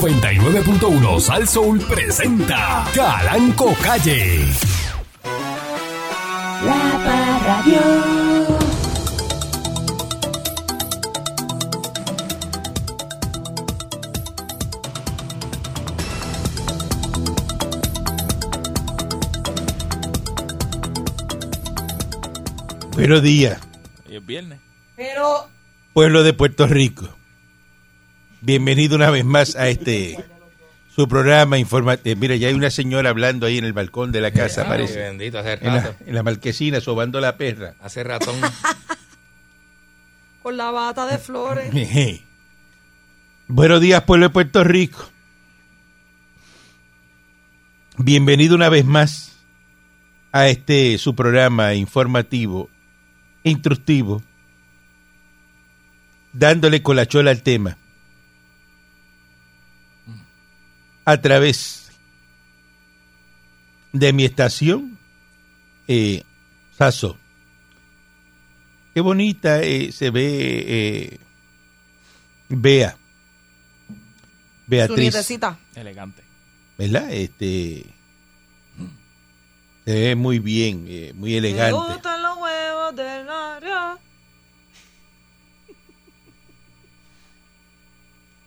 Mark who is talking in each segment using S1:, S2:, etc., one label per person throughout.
S1: 99.1 Sal Soul presenta Calanco Calle.
S2: La Parradio.
S3: Buenos días,
S4: Y es viernes.
S5: Pero
S3: pueblo de Puerto Rico. Bienvenido una vez más a este su programa informativo. Mira, ya hay una señora hablando ahí en el balcón de la casa,
S4: Ay,
S3: parece.
S4: Ah, bendito, hace
S3: En
S4: rato.
S3: la, en la marquesina, sobando la perra.
S4: Hace ratón.
S5: con la bata de flores.
S3: Jeje. Buenos días, pueblo de Puerto Rico. Bienvenido una vez más a este su programa informativo, instructivo, dándole colachola al tema. A través de mi estación, eh, Saso. Qué bonita eh, se ve eh, Bea.
S5: Su
S3: Beatriz.
S5: nietecita.
S4: Elegante.
S3: ¿Verdad? Este. Se ve muy bien, eh, muy elegante.
S5: Me gustan los huevos del área.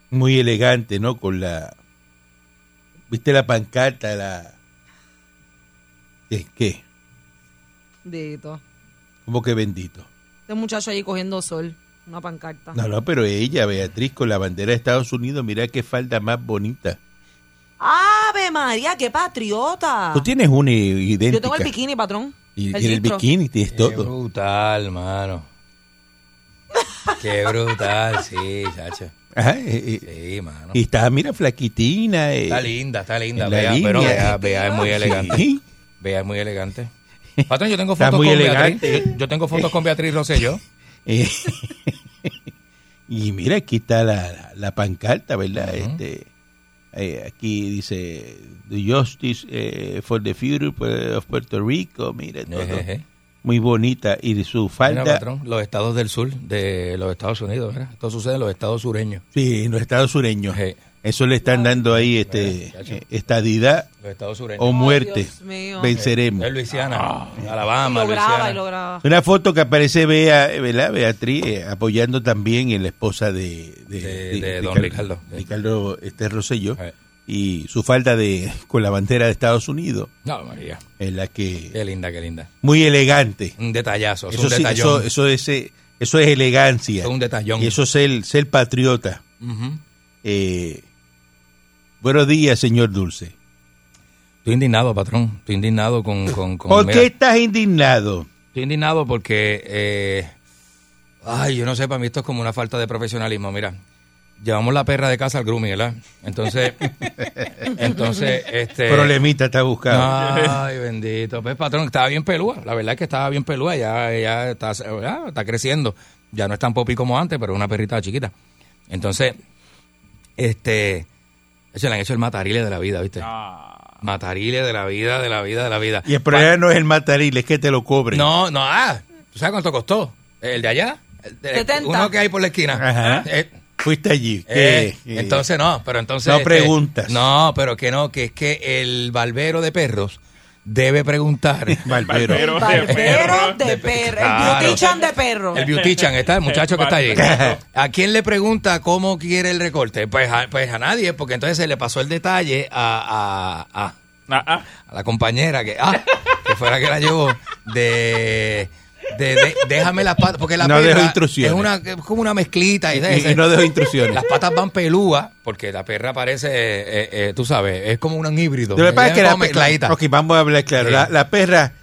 S3: Muy elegante, ¿no? Con la. ¿Viste la pancarta? La. ¿Qué? qué?
S5: Dito.
S3: ¿Cómo que bendito?
S5: Este muchacho allí cogiendo sol. Una pancarta.
S3: No, no, pero ella, Beatriz, con la bandera de Estados Unidos, mira qué falda más bonita.
S5: ¡Ave María, qué patriota!
S3: Tú tienes una i- idéntica.
S5: Ah. Yo tengo el bikini, patrón.
S3: Y
S5: El
S3: tiene el
S5: chistro.
S3: bikini, tienes
S4: Qué
S3: todo.
S4: brutal, mano. Qué brutal, sí, chacho.
S3: Ajá, eh, eh,
S4: Sí, mano.
S3: y está, mira, flaquitina. eh,
S4: Está linda, está linda.
S3: en la
S4: Vea,
S3: línea.
S4: pero vea, vea, es muy
S3: Sí.
S4: elegante. Vea, es muy elegante. Patrón, yo tengo
S3: Está
S4: fotos
S3: muy
S4: con Beatriz.
S3: elegante.
S4: Yo, yo tengo fotos con Beatriz Rosselló.
S3: Eh, y mira, aquí está la, la- la pancarta, ¿verdad? este, eh, aquí dice The Justice eh, for the Future pu- of Puerto Rico, mira, todo.
S4: Ejeje.
S3: Muy bonita. Y su
S4: Mira,
S3: falda.
S4: patrón, los estados del sur de los Estados Unidos, ¿verdad? Esto sucede en los estados sureños.
S3: sí, en los estados sureños.
S4: Eje.
S3: Eso le están dando ahí este,
S4: Ah, Mira, chacho.
S3: eh, estadidad
S4: Los estados sureños.
S3: o Oh, muerte.
S5: Dios mío.
S3: Venceremos.
S4: Es Luisiana,
S3: ah.
S5: Y
S4: Alabama,
S5: lo graba, y lo
S4: Luisiana.
S5: graba.
S3: Una foto que aparece Bea, eh, ¿verdad? Beatriz eh, apoyando también en la esposa de,
S4: De- de don Ricardo.
S3: Ricardo este Rosselló.
S4: Eh.
S3: Y su falda de con la bandera de Estados Unidos,
S4: No, María.
S3: en la que
S4: Qué linda, qué linda.
S3: muy elegante.
S4: Un detallazo, es
S3: Eso
S4: un
S3: sí,
S4: detallón.
S3: eso, eso es eh, eso es elegancia.
S4: Es un detallón.
S3: Y eso es el ser patriota.
S4: Ujú.
S3: Eh, buenos días, señor Dulce.
S4: Estoy indignado, patrón. Estoy indignado con... con, con-
S3: ¿Por
S4: mira,
S3: qué estás indignado?
S4: Estoy indignado porque... eh, ay, yo no sé, para mí esto es como una falta de profesionalismo. Mira, llevamos la perra de casa al grooming, ¿verdad? Entonces, entonces, este...
S3: Problemita está buscando.
S4: Ay, bendito. Pues, patrón, estaba bien pelúa. La verdad es que estaba bien pelúa. Ya, ya está, ya está creciendo. Ya no es tan popi como antes, pero es una perrita chiquita. Entonces, este. Se le han hecho el matarile de la vida, ¿viste? Matarile de la vida, de la vida, de la vida.
S3: Ah. Y el problema no es el mataril, es que te lo cobren.
S4: No, no, ah, ¿tú sabes cuánto costó? El de allá. El de-
S5: 70.
S4: Uno que hay por la esquina.
S3: Ajá.
S4: Eh,
S3: Fuiste allí.
S4: eh,
S3: ¿qué?
S4: Entonces no, pero entonces...
S3: No
S4: este,
S3: preguntas.
S4: no, pero que no, que es que el barbero de perros debe preguntar.
S3: Eh, Barbero.
S5: El barbero de perro. El
S4: Claro.
S5: beautician de perro.
S4: El beautician, está el muchacho que está ahí. ¿A quién le pregunta cómo quiere el recorte? Pues a, pues a nadie, porque entonces se le pasó el detalle a, a- a- a la compañera que, ah, que fuera que la llevó de... de- de- déjame las patas, porque la
S3: No
S4: perra
S3: dejó instrucciones.
S4: Es, una, es como una mezclita. Y,
S3: Y, y no dejo instrucciones.
S4: Las patas van pelúas, porque la perra parece, eh, eh, tú sabes, es como un híbrido.
S3: Lo que pasa es
S4: Ella
S3: que
S4: como
S3: la perra-
S4: mezcladita.
S3: ok, vamos a hablar claro.
S4: Sí.
S3: La, la perra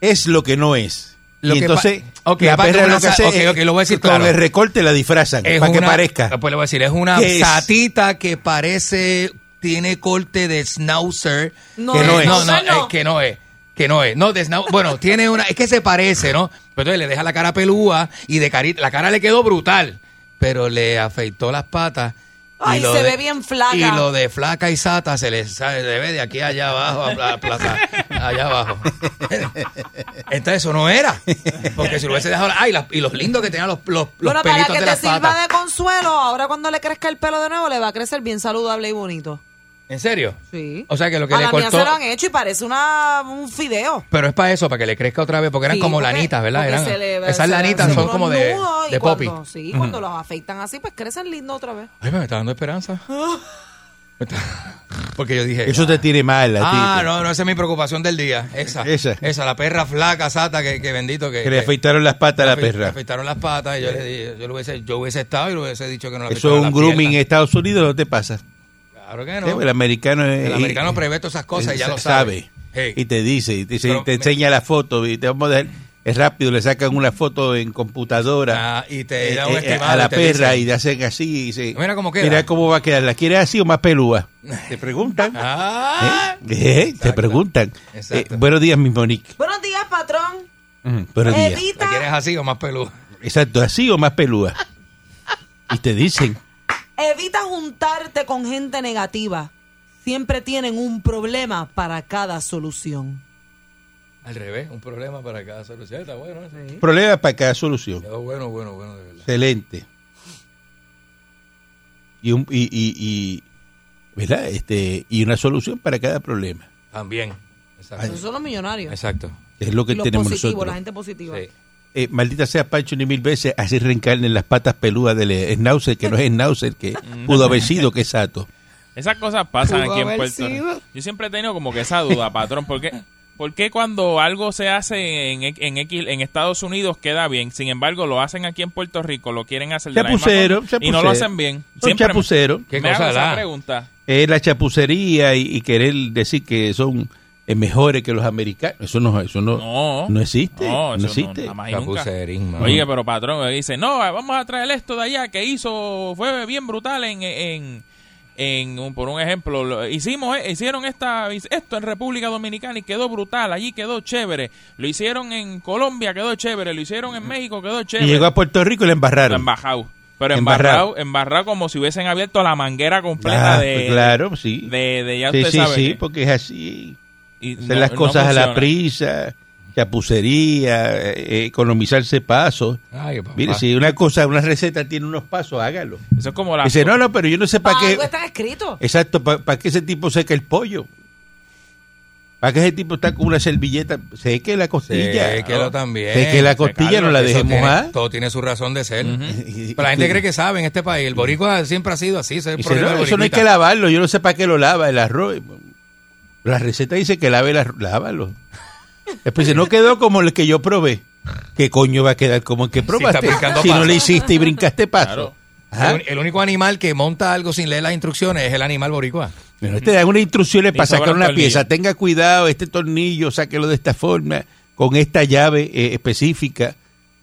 S3: es lo que no es.
S4: Lo
S3: y
S4: que
S3: entonces,
S4: pa- ok,
S3: la
S4: va
S3: perra
S4: con una
S3: lo que
S4: sa-
S3: hace
S4: ok,
S3: es-
S4: ok, lo voy a decir
S3: con
S4: claro.
S3: el recorte la disfrazan
S4: Es
S3: para que
S4: una-
S3: parezca.
S4: Pues le voy a decir, es una
S3: ¿Qué es?
S4: satita que parece, tiene corte de schnauzer.
S5: No
S4: que
S3: es,
S4: no,
S5: schnauzer no.
S4: eh, que no es. Que no es. No, de schnau- Bueno, tiene una. Es que se parece, ¿no? Pero entonces le deja la cara pelúa y de carita. La cara le quedó brutal, pero le afeitó las patas
S5: Ay,
S4: Y lo
S5: se
S4: de-
S5: ve bien flaca.
S4: Y lo de flaca y sata se le, sa- le ve de aquí allá abajo, a pla- plaza- allá abajo. Entonces eso no era. Porque si lo hubiese dejado... Ay, las- y los lindos que tenían los, los, los
S5: bueno, para
S4: pelitos
S5: que
S4: de
S5: te
S4: las
S5: sirva
S4: patas.
S5: de consuelo, ahora cuando le crezca el pelo de nuevo, le va a crecer bien saludable y bonito.
S4: ¿En serio?
S5: Sí.
S4: O sea que lo que
S5: a
S4: le
S5: la mía
S4: cortó...
S5: se lo han hecho y parece una, un fideo.
S4: Pero es para eso, para que le crezca otra vez, porque eran
S5: Sí,
S4: como
S5: porque-
S4: lanitas, ¿verdad?
S5: porque
S4: Eran-
S5: se le- se
S4: esas
S5: le
S4: lanitas
S5: hacen
S4: son
S5: unos
S4: como de,
S5: nudos y
S4: de poppy.
S5: cuando- Sí, cuando los afeitan así, pues crecen lindos otra vez.
S4: Ay, me está dando esperanza. Me está- Porque yo dije...
S3: Eso te tiene mal a ti. pues.
S4: Ah, no, no, esa es mi preocupación del día. Esa.
S3: Esa.
S4: Esa, la perra flaca, sata, que, que bendito que.
S3: Que le afeitaron las patas a la
S4: afe- eh, le
S3: perra.
S4: afeitaron las patas y yo le dije, yo, le hubiese, yo hubiese estado y le hubiese dicho que no la
S3: Eso es un grooming en
S4: grooming.
S3: Estados Unidos, no te pasa.
S4: Claro que
S3: Sí, pues,
S4: no.
S3: El americano es-
S4: El americano prevé todas esas cosas y ya lo sabe. Hey.
S3: Y te dice, y te, dice,
S4: Pero
S3: y te
S4: me-
S3: enseña la foto, y te vamos a dejar- es rápido, le sacan una foto en computadora
S4: Ah, y te da
S3: eh,
S4: un
S3: eh,
S4: estimado
S3: a la
S4: y te
S3: perra
S4: dice-
S3: y le hacen así y dice,
S4: Mira cómo queda.
S3: Mira cómo va a quedar, ¿la quieres así o más pelúa? Te preguntan.
S4: Ah,
S3: ¿eh? Eh, Te preguntan.
S4: Exacto.
S3: Eh, buenos días, mi Monique.
S5: Buenos días, patrón.
S3: Ujú, Buenos días.
S5: Evita.
S4: ¿La quieres así o más peluda?
S3: Exacto, así o más pelúa. Y te dicen,
S5: Evita juntarte con gente negativa. Siempre tienen un problema para cada solución.
S4: Al revés, un problema para cada solución. Está bueno eso.
S3: problema para cada solución.
S4: Quedó bueno, bueno, bueno, de verdad.
S3: Excelente. Y, un, y, y, y- ¿verdad? Este, y una solución para cada problema.
S4: También.
S5: Esos
S4: Exacto.
S5: son los millonarios.
S4: Exacto.
S3: Es lo que
S5: Y los
S3: tenemos
S5: positivos, la
S3: nosotros.
S5: gente positiva.
S4: Sí.
S3: Eh, maldita sea Pancho ni mil veces, así reencarnen las patas peludas del eh, Schnauzer, que no es Schnauzer, que
S2: Mm.
S3: pudo haber sido que es Sato.
S2: Esas cosas pasan
S5: Pudo
S2: aquí en
S5: haber
S2: Puerto Rico.
S5: sido.
S2: Yo siempre he tenido como que esa duda, patrón. ¿Por qué, por qué cuando algo se hace en, X- en, X- en Estados Unidos queda bien? Sin embargo, lo hacen aquí en Puerto Rico, lo quieren hacer de la misma
S3: Chapucero,
S2: forma y no
S3: chapucero.
S2: lo hacen bien.
S3: Son
S2: Siempre me-
S3: chapuceros.
S2: me,
S4: ¿Qué cosa
S2: hago esa
S4: la?
S2: pregunta.
S3: Es la chapucería y, y querer decir que son eh, mejores que los americanos. Eso no, eso no,
S2: No.
S3: no existe.
S2: No, eso
S3: No, existe.
S2: jamás y nunca.
S4: Chapucerín, mano.
S2: Oye, pero patrón, me dice, no, vamos a traer esto de allá que hizo, fue bien brutal en, en, en un- por un ejemplo, lo- hicimos, eh, hicieron esta, esto en República Dominicana y quedó brutal, allí quedó chévere, lo hicieron en Colombia, quedó chévere, lo hicieron en México, quedó
S3: y
S2: chévere.
S3: llegó a Puerto Rico y la
S2: Lo
S3: embarraron.
S2: embarrado. Pero
S3: Embarrado.
S2: embarrado, embarrado como si hubiesen abierto la manguera completa
S3: Ah,
S2: de,
S3: claro, sí.
S2: de, de- ya
S3: sí,
S2: usted
S3: sí,
S2: sabe.
S3: sí,
S2: que-
S3: porque es así.
S2: y
S3: Hacer
S2: no-
S3: las
S2: no
S3: cosas a la
S2: funciona.
S3: prisa, chapucería, eh, economizarse pasos.
S4: Ay, papá.
S2: Ah.
S3: Mire, si una cosa, una receta tiene unos pasos, hágalo.
S2: Eso es como la...
S3: Dice, no, no, pero yo no sé para
S5: Para
S3: qué.
S5: Ah, algo están escritos.
S3: Exacto, ¿para qué ese tipo seca el pollo? ¿Para qué ese tipo está con una servilleta? Seque la costilla.
S4: Séquelo también.
S3: Seque la costilla, no la
S4: Eso
S3: dejemos
S4: tiene-
S3: mojar.
S4: Todo tiene su razón de ser.
S3: Ujú.
S4: Pero la gente cree que sabe en este país. El boricua siempre ha sido así. Ese es el
S3: Dice,
S4: problema
S3: no,
S4: del
S3: eso no hay
S4: boriquita.
S3: que lavarlo, yo no sé para qué lo lava el arroz. La receta dice que lave el arroz, lávalo. Después dice, no quedó como el que yo probé. ¿Qué coño va a quedar como el que probaste? Si,
S4: brincando
S3: no
S4: paso.
S3: le hiciste y brincaste paso.
S2: Claro.
S3: Ajá.
S4: El, el único animal que monta algo sin leer las instrucciones es el animal boricua.
S3: Bueno, te dan este, unas instrucciones
S2: Ni
S3: para
S2: sobran
S3: sacar una
S2: tornillos.
S3: pieza. Tenga cuidado, este tornillo, sáquelo de esta forma, con esta llave eh, específica.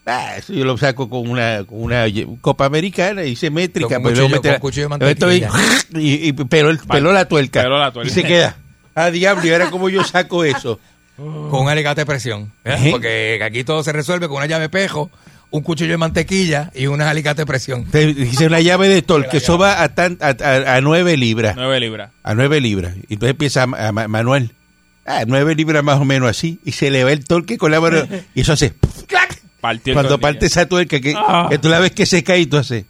S3: Ah, eso yo lo saco con una, con una ye- copa americana y simétrica.
S4: Con un
S3: pues luego
S4: cuchillo,
S3: mete la-
S4: con cuchillo de
S3: luego esto ahí,
S4: mantequilla.
S3: y, y peló, el- peló la tuerca.
S2: Peló la tuerca.
S3: Y se queda. Ah, diablo, ¿y ahora cómo yo saco eso?
S4: Con un alicate de presión. ¿verdad?
S3: Ajá.
S4: Porque aquí todo se resuelve con una llave pejo, un cuchillo de mantequilla y unas alicates de presión.
S3: Te Dice una llave de torque, eso va a, tan- a, a- a nueve libras.
S2: Nueve libras.
S3: A nueve libras. Y entonces empieza a- a Ma- Manuel. Ah, nueve libras más o menos así. Y se le va el torque con la mano. Y eso hace. ¡clac!
S2: Partió el
S3: Cuando
S2: tornillo.
S3: parte esa tuerca que,
S2: Ah.
S3: que tú la ves que se cae y tú haces.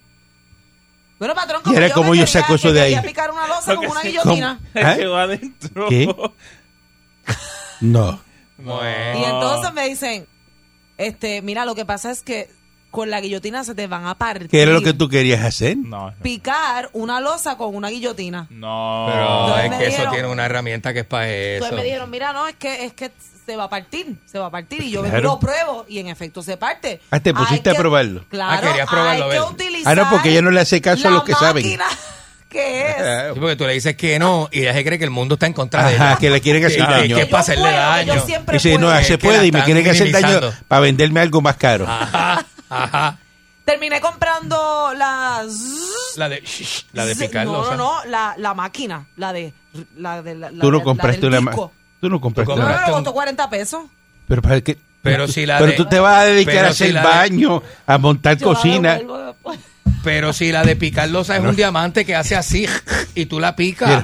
S5: Bueno, patrón,
S3: Y
S5: como
S3: ahora
S5: yo,
S3: cómo
S5: me
S3: yo
S5: quería-
S3: saco eso
S5: me
S3: de
S5: quería
S3: ahí.
S5: picar una losa con una guillotina.
S3: ¿Ah?
S2: Quedó adentro.
S3: ¿Qué? No.
S5: Y entonces me dicen, este, mira, lo que pasa es que con la guillotina se te van a partir.
S3: ¿Qué era lo que tú querías hacer?
S2: No.
S5: Picar una losa con una guillotina.
S2: No.
S4: Pero
S5: Entonces
S4: es
S5: me
S4: que eso
S5: dieron-
S4: tiene una herramienta que es para eso.
S5: Entonces me dijeron, mira, no, es que es que se va a partir, se va a partir. Y yo vengo y
S3: Pues
S5: lo
S3: Claro.
S5: pruebo y en efecto se parte.
S3: Ah, te
S5: Hay
S3: pusiste a probarlo.
S5: Claro,
S4: Ah, querías probarlo, a
S5: hay que
S4: ver.
S5: utilizar
S3: Ah, no, porque ella no le hace caso a los que saben.
S5: ¿Qué es?
S4: Sí, porque tú le dices que no y ella se cree que el mundo está en contra de
S3: Ajá,
S4: ella.
S3: que le quieren hacer
S4: Que- que-
S3: daño.
S4: que
S5: Yo
S4: pa- Hacerle
S5: puedo, que
S4: daño.
S5: Yo siempre
S3: Dice, no,
S5: puedo.
S3: se
S4: Es que la
S3: puede y me
S4: están
S3: quieren hacer daño
S4: minimizando.
S3: para venderme algo más caro.
S4: Ajá, ajá.
S5: Terminé comprando la... zzz,
S4: La de, la de
S5: zzz,
S4: picar
S5: No,
S4: losa.
S5: no, no, la, la máquina, la de... La de la, la
S3: tú
S5: de-
S3: no
S5: la
S3: compraste
S5: del
S3: una ma-
S5: disco.
S3: Tú no compraste
S4: Tú
S5: No,
S3: una
S5: no,
S4: compraste
S5: no,
S4: un-
S5: costó 40 pesos.
S3: Pero para qué.
S4: Pero si la
S3: Pero
S4: de-
S3: tú te vas a dedicar
S4: pero
S3: a
S4: si
S3: hacer
S4: la de-
S3: baño, a montar
S5: Yo la
S3: cocina.
S5: devuelvo después.
S4: Pero si la de picar losa es un diamante que hace así y tú la picas,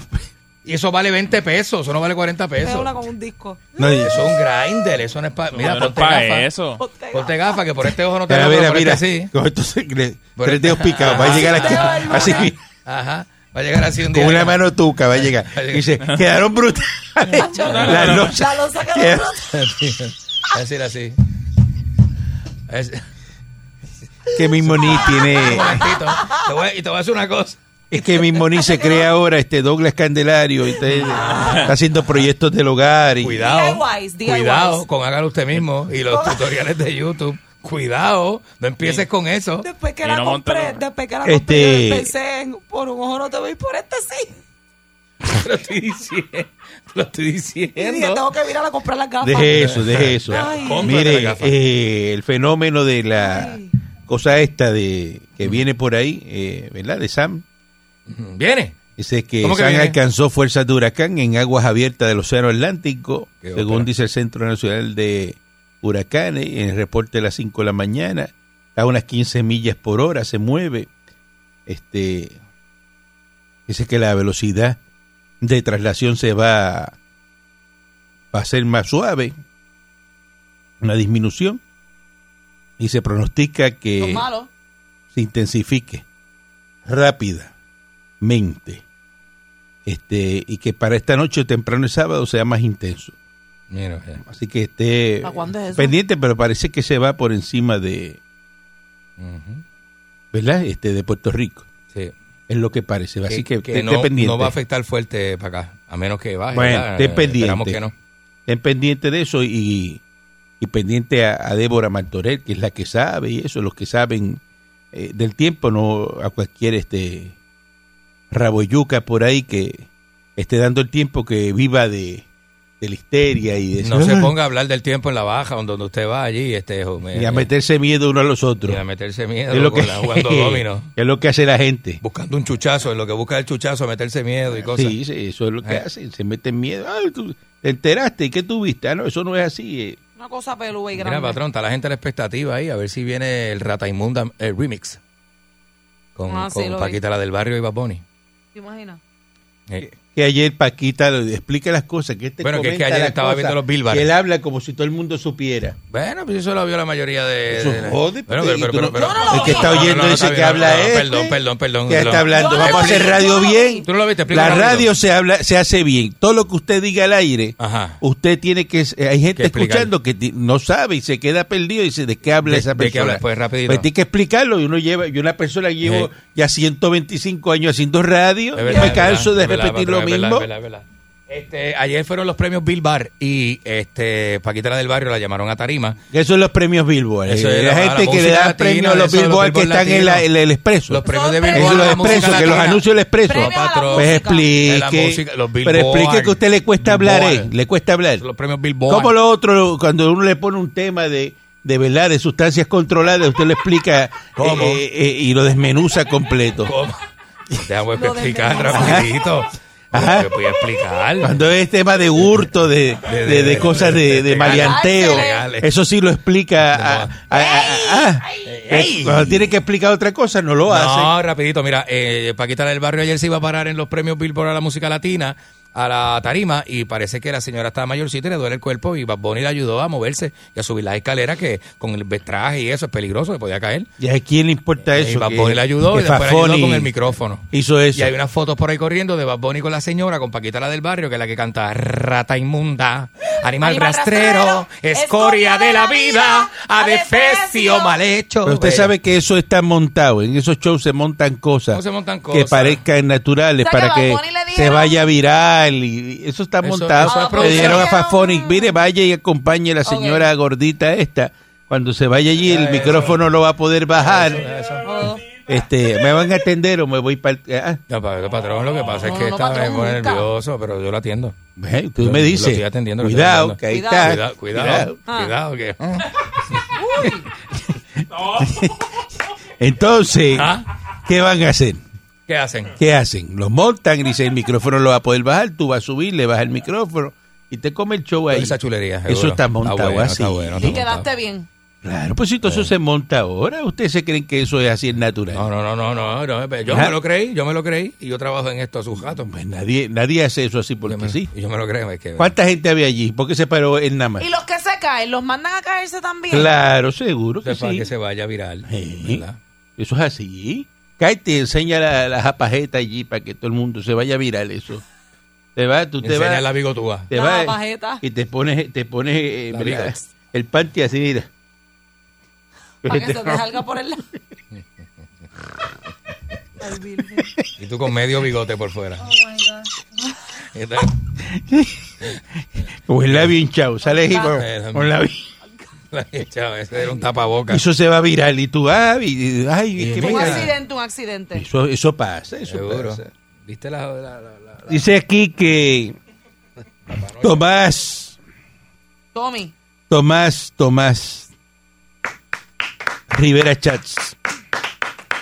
S4: y eso vale 20 pesos, eso no vale 40
S5: Es
S4: pesos.
S5: una con un disco.
S3: No, y
S4: Eso es un grinder, eso no es para. Mira,
S2: no es
S4: ponte
S2: pa'
S4: gafa.
S2: eso.
S3: Pues
S4: Ponte gafa, que por este ojo no te
S3: Mira,
S4: veo, pero
S3: mira,
S4: por
S3: mira.
S4: este sí.
S3: Con estos secre-
S4: Por- este- Ah,
S3: tres dedos picados. Va a llegar aquí. Así
S4: Ajá. Va a llegar así un día.
S3: con una mano tuca va a llegar.
S4: Va a llegar.
S3: Dice, quedaron brutales. Las
S5: La
S3: losas.
S5: losa que
S3: quedaron-
S4: Va a decir así. Es-
S3: Que mismo ni tiene.
S4: momentito. Te voy a- y te voy a decir una cosa.
S3: Es que mismo ni se cree ahora este Douglas Candelario. y Está, está haciendo proyectos del hogar. Y,
S4: Cuidado.
S5: DIYs, DIYs.
S4: Cuidado con hágalo usted mismo y los tutoriales de YouTube. Cuidado, no empieces con eso.
S5: Después que
S2: Oh. Y
S5: la
S2: no
S5: compré,
S2: montaron.
S5: después que la
S3: Este-
S5: compré, yo pensé en, por un ojo no te voy por este sí.
S4: Te lo estoy diciendo. te lo estoy
S5: Y dije, tengo
S4: diciendo.
S5: que ir a comprar las gafas.
S3: Deje eso, deje eso.
S5: Ay.
S4: Cómprate la
S3: Mire,
S4: gafa.
S3: eh, el fenómeno de la cosa esta de que viene por ahí, eh, ¿verdad? De Sam.
S4: Viene.
S3: Dice que
S4: ¿Cómo que
S3: San
S4: viene?
S3: alcanzó fuerzas de huracán en aguas abiertas del Océano Atlántico,
S4: Qué
S3: según
S4: ópera.
S3: dice el Centro Nacional de Huracanes, en el reporte de las 5 de la mañana, a unas 15 millas por hora, se mueve. Este Dice que la velocidad de traslación se va, va a ser más suave, una disminución, y se pronostica que
S5: Los malos.
S3: se intensifique rápidamente. Este, y que para esta noche o temprano el sábado sea más intenso.
S4: Mira, eh, ya.
S3: Así que esté
S5: ¿Para cuándo es eso?
S3: pendiente, pero parece que se va por encima de,
S4: Ujú.
S3: ¿verdad? Este de Puerto Rico.
S4: Sí.
S3: Es lo que parece. Así que, esté
S4: no,
S3: pendiente.
S4: no va a afectar fuerte para acá, a menos que baje.
S3: Bueno,
S4: ¿verdad?
S3: esté
S4: Eh, Esperamos
S3: pendiente.
S4: que no.
S3: Estén pendiente de eso y, y pendiente a, a Débora Martorell, que es la que sabe y eso, los que saben eh, del tiempo, no a cualquier este raboyuca por ahí que esté dando el tiempo que viva de, de la histeria y de
S4: No se ponga a hablar del tiempo en la baja, donde donde usted va allí, este, jo,
S3: y
S4: mira,
S3: a meterse miedo uno a los otros.
S4: y a meterse miedo
S3: Es lo que,
S4: con la- jugando domino,
S3: es lo que hace la gente.
S4: buscando un chuchazo, en lo que busca el chuchazo, meterse miedo y cosas.
S3: Sí, sí, eso es lo que
S4: Eh.
S3: hacen, se meten miedo. Ay, tú, ¿Te enteraste? ¿Y qué tuviste? Ah, no, eso no es así. eh.
S5: Una cosa pelúa y grande.
S4: Mira, patrón, está la gente a la expectativa ahí, a ver si viene el Rata Inmunda eh, remix con,
S5: Ah, sí,
S4: con
S5: lo vi.
S4: Paquita, la del barrio y Bad Bunny.
S5: ¿Te imaginas?
S4: Eh,
S3: que ayer Paquita lo- explica las cosas que este
S4: Bueno, que es
S3: comenta
S4: que ayer
S3: las
S4: estaba
S3: cosas
S4: viendo los Billboards.
S3: que él habla como si todo el mundo supiera
S4: Bueno, pues eso lo vio la mayoría de.
S3: Eso
S4: de-
S3: jode,
S4: Bueno,
S3: porque-
S4: pero- pero-
S3: y tú no-
S4: pero-
S5: Yo no lo
S4: pero-
S5: vi. El que está
S3: oyendo dice
S4: está
S3: que
S4: bien,
S3: habla este,
S4: Perdón, perdón, perdón.
S3: que está
S4: perdón.
S3: hablando
S5: Yo
S3: vamos a
S5: lo
S3: hacer
S5: vi,
S3: radio
S5: yo lo
S3: bien
S4: Tú no lo viste, explica
S3: la
S4: rápido.
S3: radio se habla se hace bien todo lo que usted diga al aire
S4: Ajá.
S3: usted tiene que eh, hay gente
S4: Que explicar.
S3: escuchando que ti- no sabe y se queda perdido y dice de qué habla
S4: De-
S3: esa
S4: de qué
S3: persona
S4: habla, pues, rapidito.
S3: tiene que explicarlo y uno lleva y una persona que llevo
S4: Sí.
S3: ya 125 años haciendo radio
S4: Es verdad,
S3: me
S4: es verdad,
S3: canso
S4: es
S3: de
S4: verdad,
S3: repetir
S4: patrón,
S3: lo
S4: es verdad,
S3: mismo
S4: es verdad, es verdad. Este, ayer fueron los premios Bilbar y este Paquita la del barrio la llamaron a tarima.
S3: que son los premios Billboard
S4: Eso
S3: eh,
S4: es,
S3: la
S4: la
S3: gente que le
S4: música
S3: da
S4: latina,
S3: premios a los
S4: eso, los
S3: Billboard que
S4: Billboard
S3: están en, la- en
S4: latinos.
S3: el expreso
S4: Los premios de
S5: Son
S4: Billboard
S5: Pero
S3: Eso lo
S4: la
S5: premios.
S4: música
S3: expreso, que los
S4: latina.
S3: anuncios del expreso.
S5: Premio a la
S4: patrón.
S3: Pues
S5: música.
S3: explique.
S4: De la música, los
S3: pero
S4: Billboard.
S3: explique que a usted le cuesta hablar,
S4: Billboard.
S3: eh, le cuesta hablar.
S4: Los premios Billboard.
S3: Como lo otro, cuando uno le pone un tema de, de verdad, de sustancias controladas, usted le explica
S4: ¿Cómo?
S3: eh, eh, y lo desmenuza completo.
S4: ¿Cómo? Déjame
S5: Lo
S4: explicar
S5: de-
S4: rapidito.
S3: Ajá.
S4: Te voy a explicar.
S3: Cuando es tema de hurto, de,
S4: De-
S3: de,
S4: de-
S3: de cosas
S4: de-
S3: de,
S4: de-
S3: de maleanteo,
S4: legales.
S3: eso sí lo explica. a- a- a- a- eh, Cuando tiene que explicar otra cosa, no lo hace.
S4: No, rapidito, mira, eh, Paquita del Barrio ayer se iba a parar en los premios Billboard a la música latina, a la tarima, y parece que la señora estaba mayorcita y le duele el cuerpo, y Bad Bunny la ayudó a moverse y a subir las escaleras, que con el traje y eso es peligroso, que podía caer.
S3: ¿Y a quién le importa
S4: y
S3: eso?
S4: Bad
S3: que-
S4: Bunny la ayudó
S3: que
S4: y después la
S3: Fafoni
S4: ayudó con el micrófono.
S3: Hizo eso.
S4: Y hay unas fotos por ahí corriendo de Bad Bunny con la señora, con Paquita la del barrio, que es la que canta Rata Inmunda, Animal,
S5: Animal
S4: rastrero,
S5: rastrero,
S4: Escoria de la vida, Adefesio
S5: adefesio
S4: mal hecho.
S3: Pero usted sabe que eso está montado. En esos shows se montan cosas,
S4: No se montan
S3: que
S4: cosas.
S3: parezcan naturales
S5: O sea,
S3: para
S5: que
S3: que
S5: Bad Bunny le dijeron-
S3: se vaya viral. Y y eso está
S4: Eso-
S3: montado.
S4: eso es
S3: le
S4: producción.
S3: dijeron a
S5: Hicieron-
S3: Fafonic, mire, vaya y acompañe a la señora gordita esta. Cuando se vaya allí, el micrófono no va a poder bajar. Este, ¿Me van a atender o me voy Ah, para...?
S4: No, pa- patrón, lo que pasa es
S5: No,
S4: que
S5: no,
S4: está
S5: patrón,
S4: me pone
S5: nunca.
S4: nervioso, pero yo lo atiendo. Yo
S3: tú me
S4: lo
S3: dices,
S4: estoy atendiendo, lo estoy
S3: cuidado,
S4: atendiendo.
S3: que ahí
S5: Cuidado.
S3: está.
S4: Cuidado, cuidado,
S5: Ah.
S4: cuidado, que
S3: Entonces,
S4: Ah.
S3: ¿qué van a hacer?
S4: ¿qué hacen?
S3: ¿Qué hacen? Los montan, dice el micrófono lo va a poder bajar, tú vas a subir, le bajas el micrófono y te come el show ahí.
S4: Esa chulería.
S3: Pues, Eso
S4: seguro.
S3: está montado
S4: bueno,
S3: así.
S4: Está bueno, está
S5: Y quedaste
S4: montado.
S5: bien.
S3: Claro, pues si todo eso se monta ahora, ¿ustedes se creen que eso es así es natural?
S4: No, no, no, no, no, no, pero Yo
S3: Ajá.
S4: me lo creí, yo me lo creí y yo trabajo en esto a sus gatos.
S3: Ah. Pues nadie, nadie hace eso así porque
S4: yo me,
S3: sí.
S4: Yo me lo creo. Es que,
S3: ¿Cuánta gente había allí? ¿Por qué se paró el nada más?
S5: Y los que se caen, los mandan a caerse también.
S3: Claro, seguro que
S4: es para
S3: sí.
S4: que se vaya viral.
S3: Sí.
S4: ¿verdad?
S3: Eso es así. Cállate, enseña la, la japajeta allí para que todo el mundo se vaya viral eso. Te va, tú te
S4: Enseña
S3: vas,
S4: la bigotúa.
S3: te
S5: La
S3: vas
S5: japajeta.
S3: y te pones, te pones eh,
S4: La
S3: mira,
S4: vida.
S3: el panty así, mira.
S5: Para que se te salga por el lado. Ay, virgen.
S4: Y tú con medio bigote por fuera. Entonces,
S3: O el labio hinchado, sales y con, con labio.
S4: la hecha, ese era un tapabocas.
S3: Eso se va viral y tú, ah, y- y- ay, es que
S5: un
S3: mira.
S5: accidente, un accidente.
S3: Eso, eso pasa, eso
S4: Seguro.
S3: pasa.
S4: ¿Viste la, la- la- la- la-
S3: Dice aquí que Tomás,
S5: Tommy,
S3: Tomás, Tomás Rivera Chats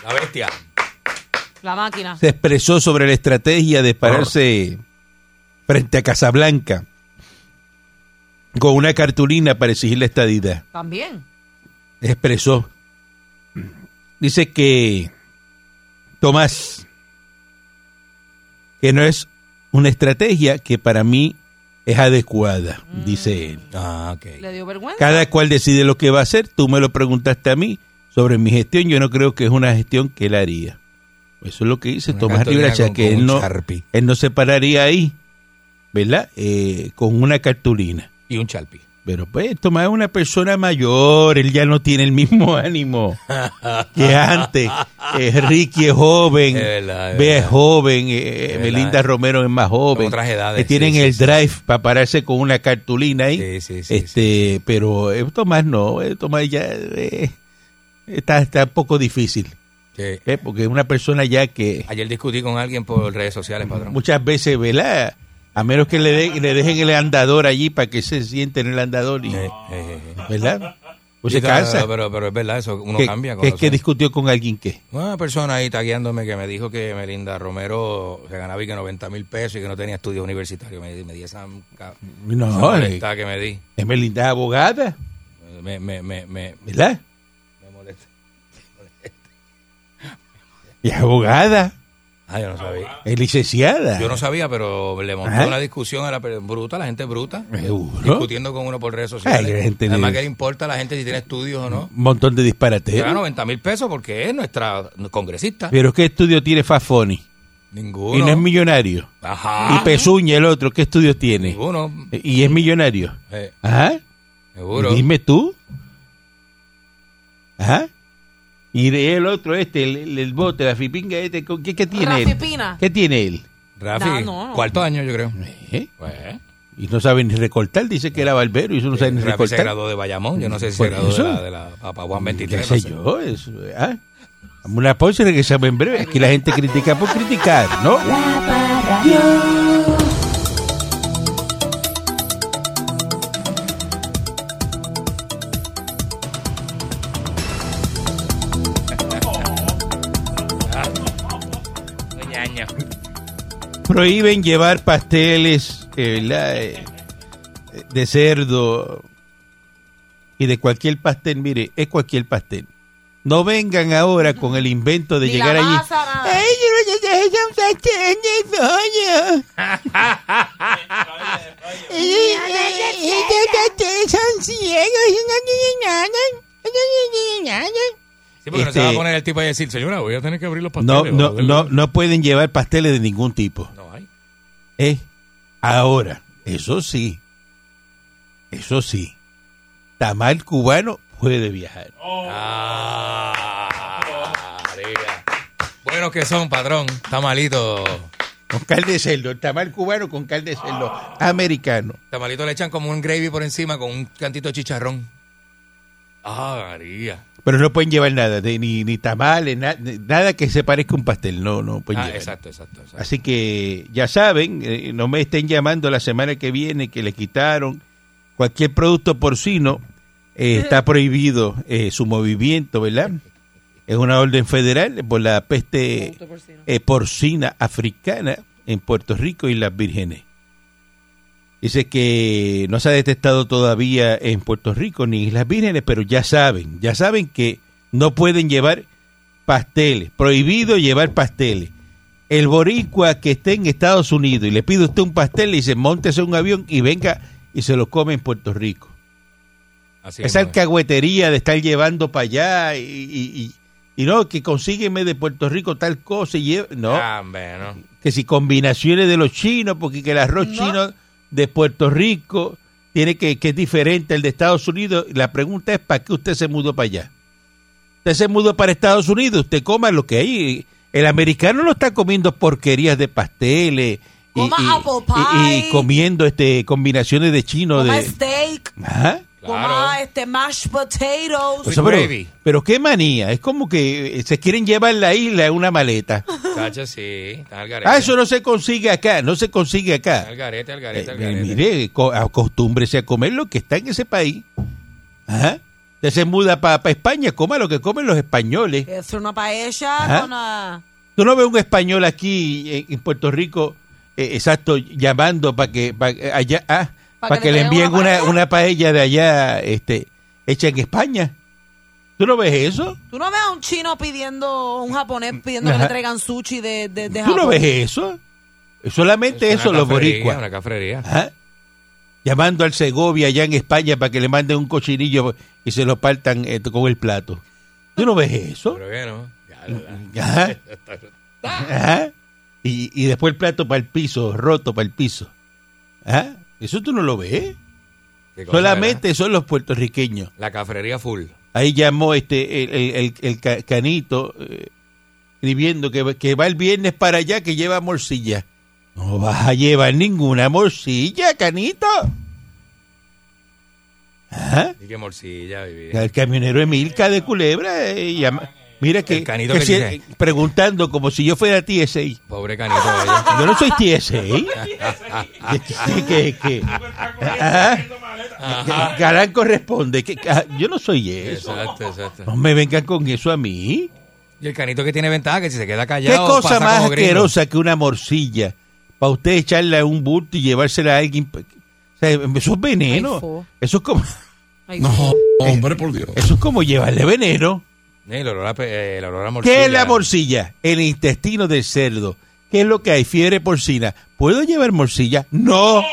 S4: la bestia?
S5: la máquina.
S3: se expresó sobre la estrategia de pararse frente a Casablanca con una cartulina para exigir la estadidad.
S5: También.
S3: expresó. Dice que Tomás, que no es una estrategia que para mí es adecuada, dice él.
S4: Ah, ok.
S5: Le dio vergüenza.
S3: Cada cual decide lo que va a hacer, tú me lo preguntaste a mí sobre mi gestión, yo no creo que es una gestión que él haría. Eso es lo que dice
S4: Una
S3: Tomás
S4: cartulina
S3: Rivera, Chá,
S4: con-
S3: que
S4: con
S3: él
S4: un
S3: no,
S4: Sharpie.
S3: él no se pararía ahí, ¿verdad? Eh, con una cartulina.
S4: Y un chalpi.
S3: Pero pues Tomás es una persona mayor, él ya no tiene el mismo ánimo que antes. Eh, Ricky es joven,
S4: Es verdad, es
S3: Bea es
S4: verdad.
S3: joven, eh,
S4: Es
S3: Melinda
S4: verdad.
S3: Romero es más joven.
S4: otras edades,
S3: que tienen
S4: sí, sí,
S3: el
S4: sí.
S3: drive para pararse con una cartulina ahí.
S4: Sí, sí, sí,
S3: este, Pero eh, Tomás no, eh, Tomás ya eh, está, está un poco difícil,
S4: Que
S3: eh, porque es una persona ya que
S4: ayer discutí con alguien por redes
S3: Mm.
S4: sociales, patrón.
S3: muchas veces, ¿verdad? A menos que le, de- le dejen el andador allí para que se siente en el andador y...
S4: Eh, eh, eh.
S3: ¿verdad? Pues se
S4: Digo,
S3: cansa.
S4: Pero, pero es verdad, eso uno
S3: que,
S4: cambia. con
S3: que,
S4: los
S3: que
S4: años.
S3: discutió con alguien que.
S4: Una persona ahí tagueándome que me dijo que Melinda Romero se ganaba y que 90 mil pesos y que no tenía estudios universitarios. Me, me di esa, ca-
S3: No,
S4: esa
S3: eh.
S4: molestada que me di.
S3: Es Melinda abogada,
S4: Me, me, me, me,
S3: ¿verdad?
S4: me molesta.
S3: Y es abogada,
S4: Ah, yo no sabía.
S3: es licenciada.
S4: Yo no sabía, pero le montó
S3: Ajá.
S4: una discusión a la per- bruta, la gente bruta.
S3: Seguro.
S4: Discutiendo con uno por redes
S3: Ay,
S4: sociales.
S3: la gente
S4: Además,
S3: de-
S4: que le importa a la gente si tiene estudios o no?
S3: Un montón de disparates.
S4: Gana 90 mil pesos porque es nuestra congresista.
S3: Pero ¿qué estudio tiene Fafoni?
S4: Ninguno.
S3: ¿Eh? Y no es millonario.
S4: Ajá.
S3: Y Pezuña, el otro, ¿qué estudio tiene?
S4: Ninguno.
S3: Y es millonario. ¿Ah?
S4: Eh,
S3: Ajá.
S4: seguro.
S3: Dime tú. Ajá. Y de el otro, este, el, el- el bote, la fipinga, este, ¿qué, qué tiene él?
S5: Rafipina.
S3: ¿Qué tiene él?
S4: Rafi,
S5: No, no, no.
S4: cuarto año, yo creo.
S3: ¿Eh?
S4: Pues,
S3: Y no saben ni recortar, dice que era barbero y eso no saben ni
S4: Rafi se
S3: recortar.
S4: graduó de Bayamón. Yo no sé si
S3: Por
S4: se graduó
S3: eso.
S4: de la, de la Papa Juan
S3: ¿Qué
S4: 23. no
S3: sé
S4: sé.
S3: yo? Eso, ah. Vamos a una pausa y regresamos en breve. Aquí la gente critica por criticar, ¿no? Prohíben llevar pasteles eh, ¿verdad? Eh, de cerdo y de cualquier pastel. Mire, es cualquier pastel. No vengan ahora con el invento de
S5: Ni
S3: llegar
S5: la
S3: allí.
S5: masa, nada.
S4: Eh.
S3: Ay, yo no sé si es un pastel de soya. Y- y- y- y- ustedes son ciegos y no tienen nada, no tienen nada.
S4: Sí, porque
S3: Este-
S4: no se va a poner el tipo a decir, señora, voy a tener que abrir los
S3: No,
S4: pasteles.
S3: no,
S4: o-
S3: no, no pueden llevar pasteles de ningún tipo.
S4: No hay.
S3: ¿eh? Ahora, eso sí, eso sí, tamal cubano puede viajar.
S4: Ah, diga. Buenos que son, patrón. Está malito.
S3: Con carne de cerdo, el tamal cubano con carne de cerdo americano.
S4: Tamalito le echan como un gravy por encima con un cantito de chicharrón. Ah, María.
S3: Pero no pueden llevar nada, de- ni, ni tamales, na- ni- nada que se parezca a un pastel, no, no pueden
S4: Ah,
S3: llevar.
S4: exacto, exacto. exacto.
S3: Pues Así que ya saben, eh, no me estén llamando la semana que viene que le quitaron cualquier producto porcino, eh, está prohibido eh, su movimiento, ¿verdad? Es una orden federal por la peste
S5: Producto porcino.
S3: eh, porcina africana en Puerto Rico y las Vírgenes. Dice que no se ha detectado todavía en Puerto Rico ni en Islas Vírgenes, pero ya saben, ya saben que no pueden llevar pasteles, prohibido llevar pasteles. El boricua que esté en Estados Unidos y le pide a usted un pastel, le dice, montese en un avión y venga y se lo come en Puerto Rico.
S4: Así
S3: Esa
S4: mismo es.
S3: alcahuetería de estar llevando para allá y, y- y- y no, que consígueme de Puerto Rico tal cosa y lleva- No
S4: Ah, hombre, no.
S3: que si combinaciones de los chinos, porque que el arroz chino de Puerto Rico tiene que, que es diferente al de Estados Unidos. La pregunta es, ¿para qué usted se mudó para allá? Usted se mudó para Estados Unidos, usted coma lo que hay. El americano no está comiendo porquerías de pasteles y,
S5: Coma
S3: y-
S5: apple
S3: y- y
S5: pie.
S3: comiendo este combinaciones de chino
S5: Coma
S3: de...
S5: steak,
S3: Ajá.
S5: coma este mashed potatoes.
S3: O sea, pero,
S4: gravy.
S3: pero qué manía, es como que eh, se quieren llevar la isla en una maleta.
S4: Chacho, sí. Está al garete.
S3: Ah, eso no se consigue acá, no se consigue acá.
S4: Está al garete, al garete, al
S3: Eh,
S4: garete.
S3: mire, co- acostúmbrese a comer lo que está en ese país. Ajá. Usted se muda para España, coma lo que comen los españoles.
S5: Es una paella
S3: Ajá.
S5: con ah,
S3: Tú no ves un español aquí eh, en Puerto Rico, eh, exacto, llamando para que pa' que allá, ah,
S5: Pa'
S3: para
S5: que
S3: que,
S5: le
S3: le
S5: traigan
S3: envíen
S5: una
S3: una,
S5: paella.
S3: una paella de allá, este, hecha en España. ¿Tú no ves eso?
S5: ¿Tú no ves a un chino pidiendo, un japonés pidiendo que
S3: Ajá.
S5: le traigan sushi de, de, de
S3: ¿Tú
S5: Japón?
S3: no ves eso? Solamente
S4: Una
S3: eso, los Ah.
S4: cafrería,
S3: boricuas.
S4: Una cafrería.
S3: Ajá. Llamando al Segovia allá en España para que le manden un cochinillo y se lo partan eh, con el plato. ¿Tú no ves eso?
S4: Pero que no. Ya, ya.
S3: Ajá. Ajá. ¿Ah? Y, y después el plato para el piso, roto para el piso. Ajá. Eso tú no lo ves.
S4: Qué cosa,
S3: Solamente son los puertorriqueños.
S4: ¿verdad? La cafrería full.
S3: Ahí llamó este el, el- el- el ca- canito eh, escribiendo que, va- que va el viernes para allá que lleva morcilla. No vas a llevar ninguna morcilla, canito. Ajá.
S4: Y que morcilla, baby.
S3: El camionero Emilca de Culebra eh, llama- Mira que,
S4: El canito
S3: que
S4: que
S3: si-
S4: dice.
S3: preguntando como si yo fuera TSI.
S4: Pobre canito. ella.
S3: Yo no soy TSI. que, que- que- Ajá. Galán corresponde. que- que- ah, yo no soy eso.
S4: Exacto, exacto.
S3: No me vengan con eso a mí.
S4: Y el canito que tiene ventaja, que si se queda
S3: ¿Qué
S4: callado.
S3: cosa
S4: pasa
S3: más
S4: como gringo.
S3: asquerosa que una morcilla? Para usted echarla a un bulto y llevársela a alguien. O sea, eso es
S5: Ay,
S3: veneno.
S5: fo.
S3: Eso es como,
S5: Ay,
S6: No, hombre, por Dios.
S3: eso es como llevarle veneno.
S4: Eh, El olor a, pe- eh, el olor a morcilla.
S3: ¿Qué es la morcilla? El intestino del cerdo. ¿Qué es lo que hay? Fiebre porcina. ¿Puedo llevar morcilla? No.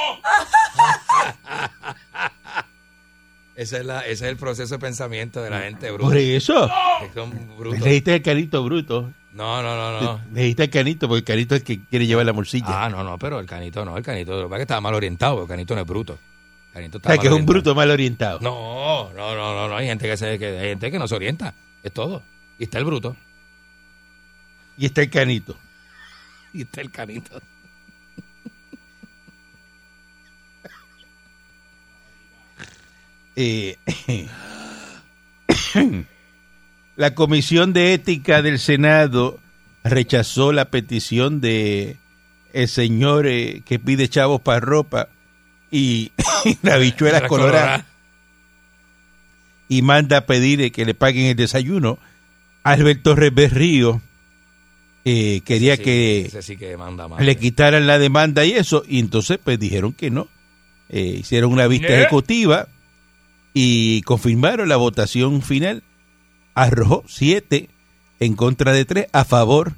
S4: Esa es la, ese es el proceso de pensamiento de la gente
S3: Por
S4: bruta.
S3: eso.
S4: Que son brutos.
S3: Necesitas el canito bruto.
S4: No, no, no, no.
S3: Necesitas el canito porque el canito es el que quiere llevar la morcilla.
S4: Ah, no, no, pero el canito no, el canito, lo que pasa es que estaba mal orientado, porque el canito no es bruto. El canito
S3: o
S4: está
S3: sea, que es
S4: mal
S3: un
S4: orientado.
S3: bruto mal orientado.
S4: No, no, no, no, no, hay gente que se, que, hay gente que no se orienta, es todo. Y está el bruto.
S3: Y está el canito.
S4: Y está el canito.
S3: Eh, la Comisión de Ética del Senado rechazó la petición de el señor eh, que pide chavos para ropa y la bichuela
S4: Era
S3: colorada y manda a pedir eh, que le paguen el desayuno. Alberto Reberrío eh, quería
S4: Sí,
S3: que
S4: ese sí que manda más.
S3: le quitaran la demanda y eso, y entonces pues dijeron que no. Eh, hicieron una vista
S4: ¿Eh?
S3: ejecutiva y confirmaron la votación final. Arrojó siete en contra de tres a favor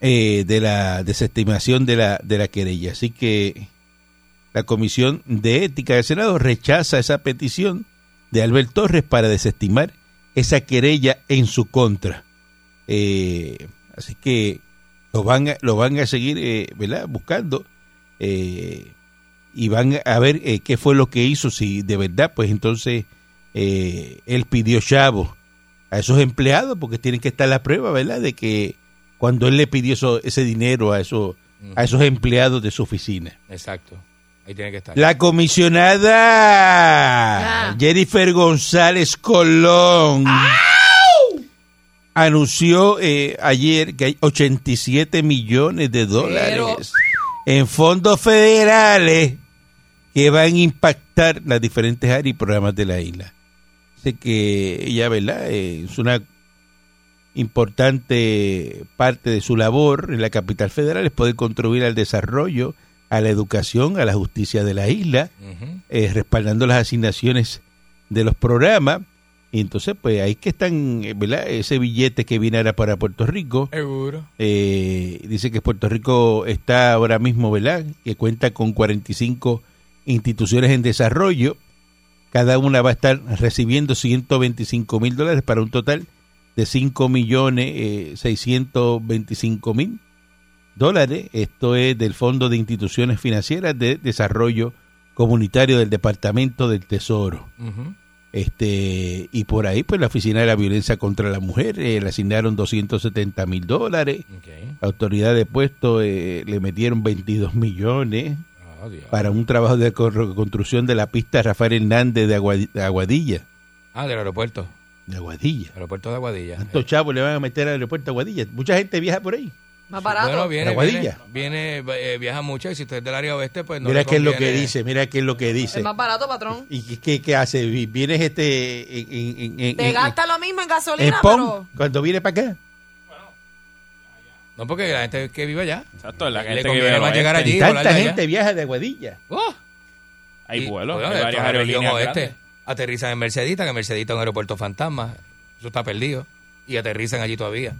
S3: eh, de la desestimación de la, de la querella. Así que la Comisión de Ética del Senado rechaza esa petición de Albert Torres para desestimar esa querella en su contra. Eh, así que lo van a, lo van a seguir eh, ¿verdad? buscando eh, y van a ver eh, qué fue lo que hizo, si de verdad, pues entonces eh, él pidió chavo a esos empleados, porque tienen que estar la prueba, ¿verdad?, de que cuando él le pidió eso- ese dinero a esos, a esos empleados de su oficina.
S4: Exacto. Ahí tiene que estar.
S3: La comisionada Jennifer González Colón anunció eh, ayer que hay 87 millones de dólares en fondos federales que van a impactar las diferentes áreas y programas de la isla. Así que ella, ¿verdad? Eh, es una importante parte de su labor en la capital federal es poder contribuir al desarrollo a la educación, a la justicia de la isla, eh, respaldando las asignaciones de los programas. Y entonces, pues ahí que están, eh, ¿verdad? Ese billete que viene ahora para Puerto Rico.
S4: Seguro.
S3: Eh, dice que Puerto Rico está ahora mismo, ¿verdad? Que cuenta con 45 instituciones en desarrollo. Cada una va a estar recibiendo 125 mil dólares para un total de 5 millones eh, 625 mil dólares. Esto es del Fondo de Instituciones Financieras de Desarrollo Comunitario del Departamento del Tesoro. Este, y por ahí, pues la Oficina de la Violencia contra la Mujer eh, le asignaron 270 mil dólares.
S4: Ok.
S3: La autoridad de puesto eh, le metieron 22 millones
S4: Ah, Dios.
S3: para un trabajo de cor- construcción de la pista Rafael Hernández de, Aguadi- de Aguadilla.
S4: Ah, del aeropuerto.
S3: De Aguadilla.
S4: Aeropuerto de Aguadilla.
S3: ¿Cuántos chavos le van a meter al aeropuerto de Aguadilla? Mucha gente viaja por ahí.
S5: Más barato.
S4: Bueno, viene,
S3: Aguadilla.
S4: viene, viene, eh, viaja mucho y si usted es del área oeste, pues no
S3: mira
S4: le
S3: qué es lo que
S4: conviene.
S3: dice, mira qué es lo que dice.
S5: Es más barato, patrón.
S3: ¿Y qué, qué- qué hace? Vi- ¿Vienes este en, en- en- en-
S5: Te
S3: en-
S5: gasta lo mismo en
S3: en
S5: gasolina,
S3: Pon
S5: pero...
S3: cuando viene para acá?
S4: No, porque la gente que vive allá.
S2: Exacto, la
S4: Le
S2: gente que
S4: conviene
S2: vive
S4: más
S2: al
S4: llegar
S2: oeste.
S4: allí. Sí, volar de
S3: Tanta
S4: allá.
S3: gente viaja de Aguadilla.
S4: ¡Oh!
S2: Hay
S4: Y,
S2: vuelos,
S4: bueno,
S2: hay
S4: esto
S2: varias
S4: es la
S2: aerolíneas
S4: región oeste.
S2: grandes.
S4: Aterrizan en Mercedita, que Mercedita es un aeropuerto fantasma. Eso está perdido. Y aterrizan allí todavía.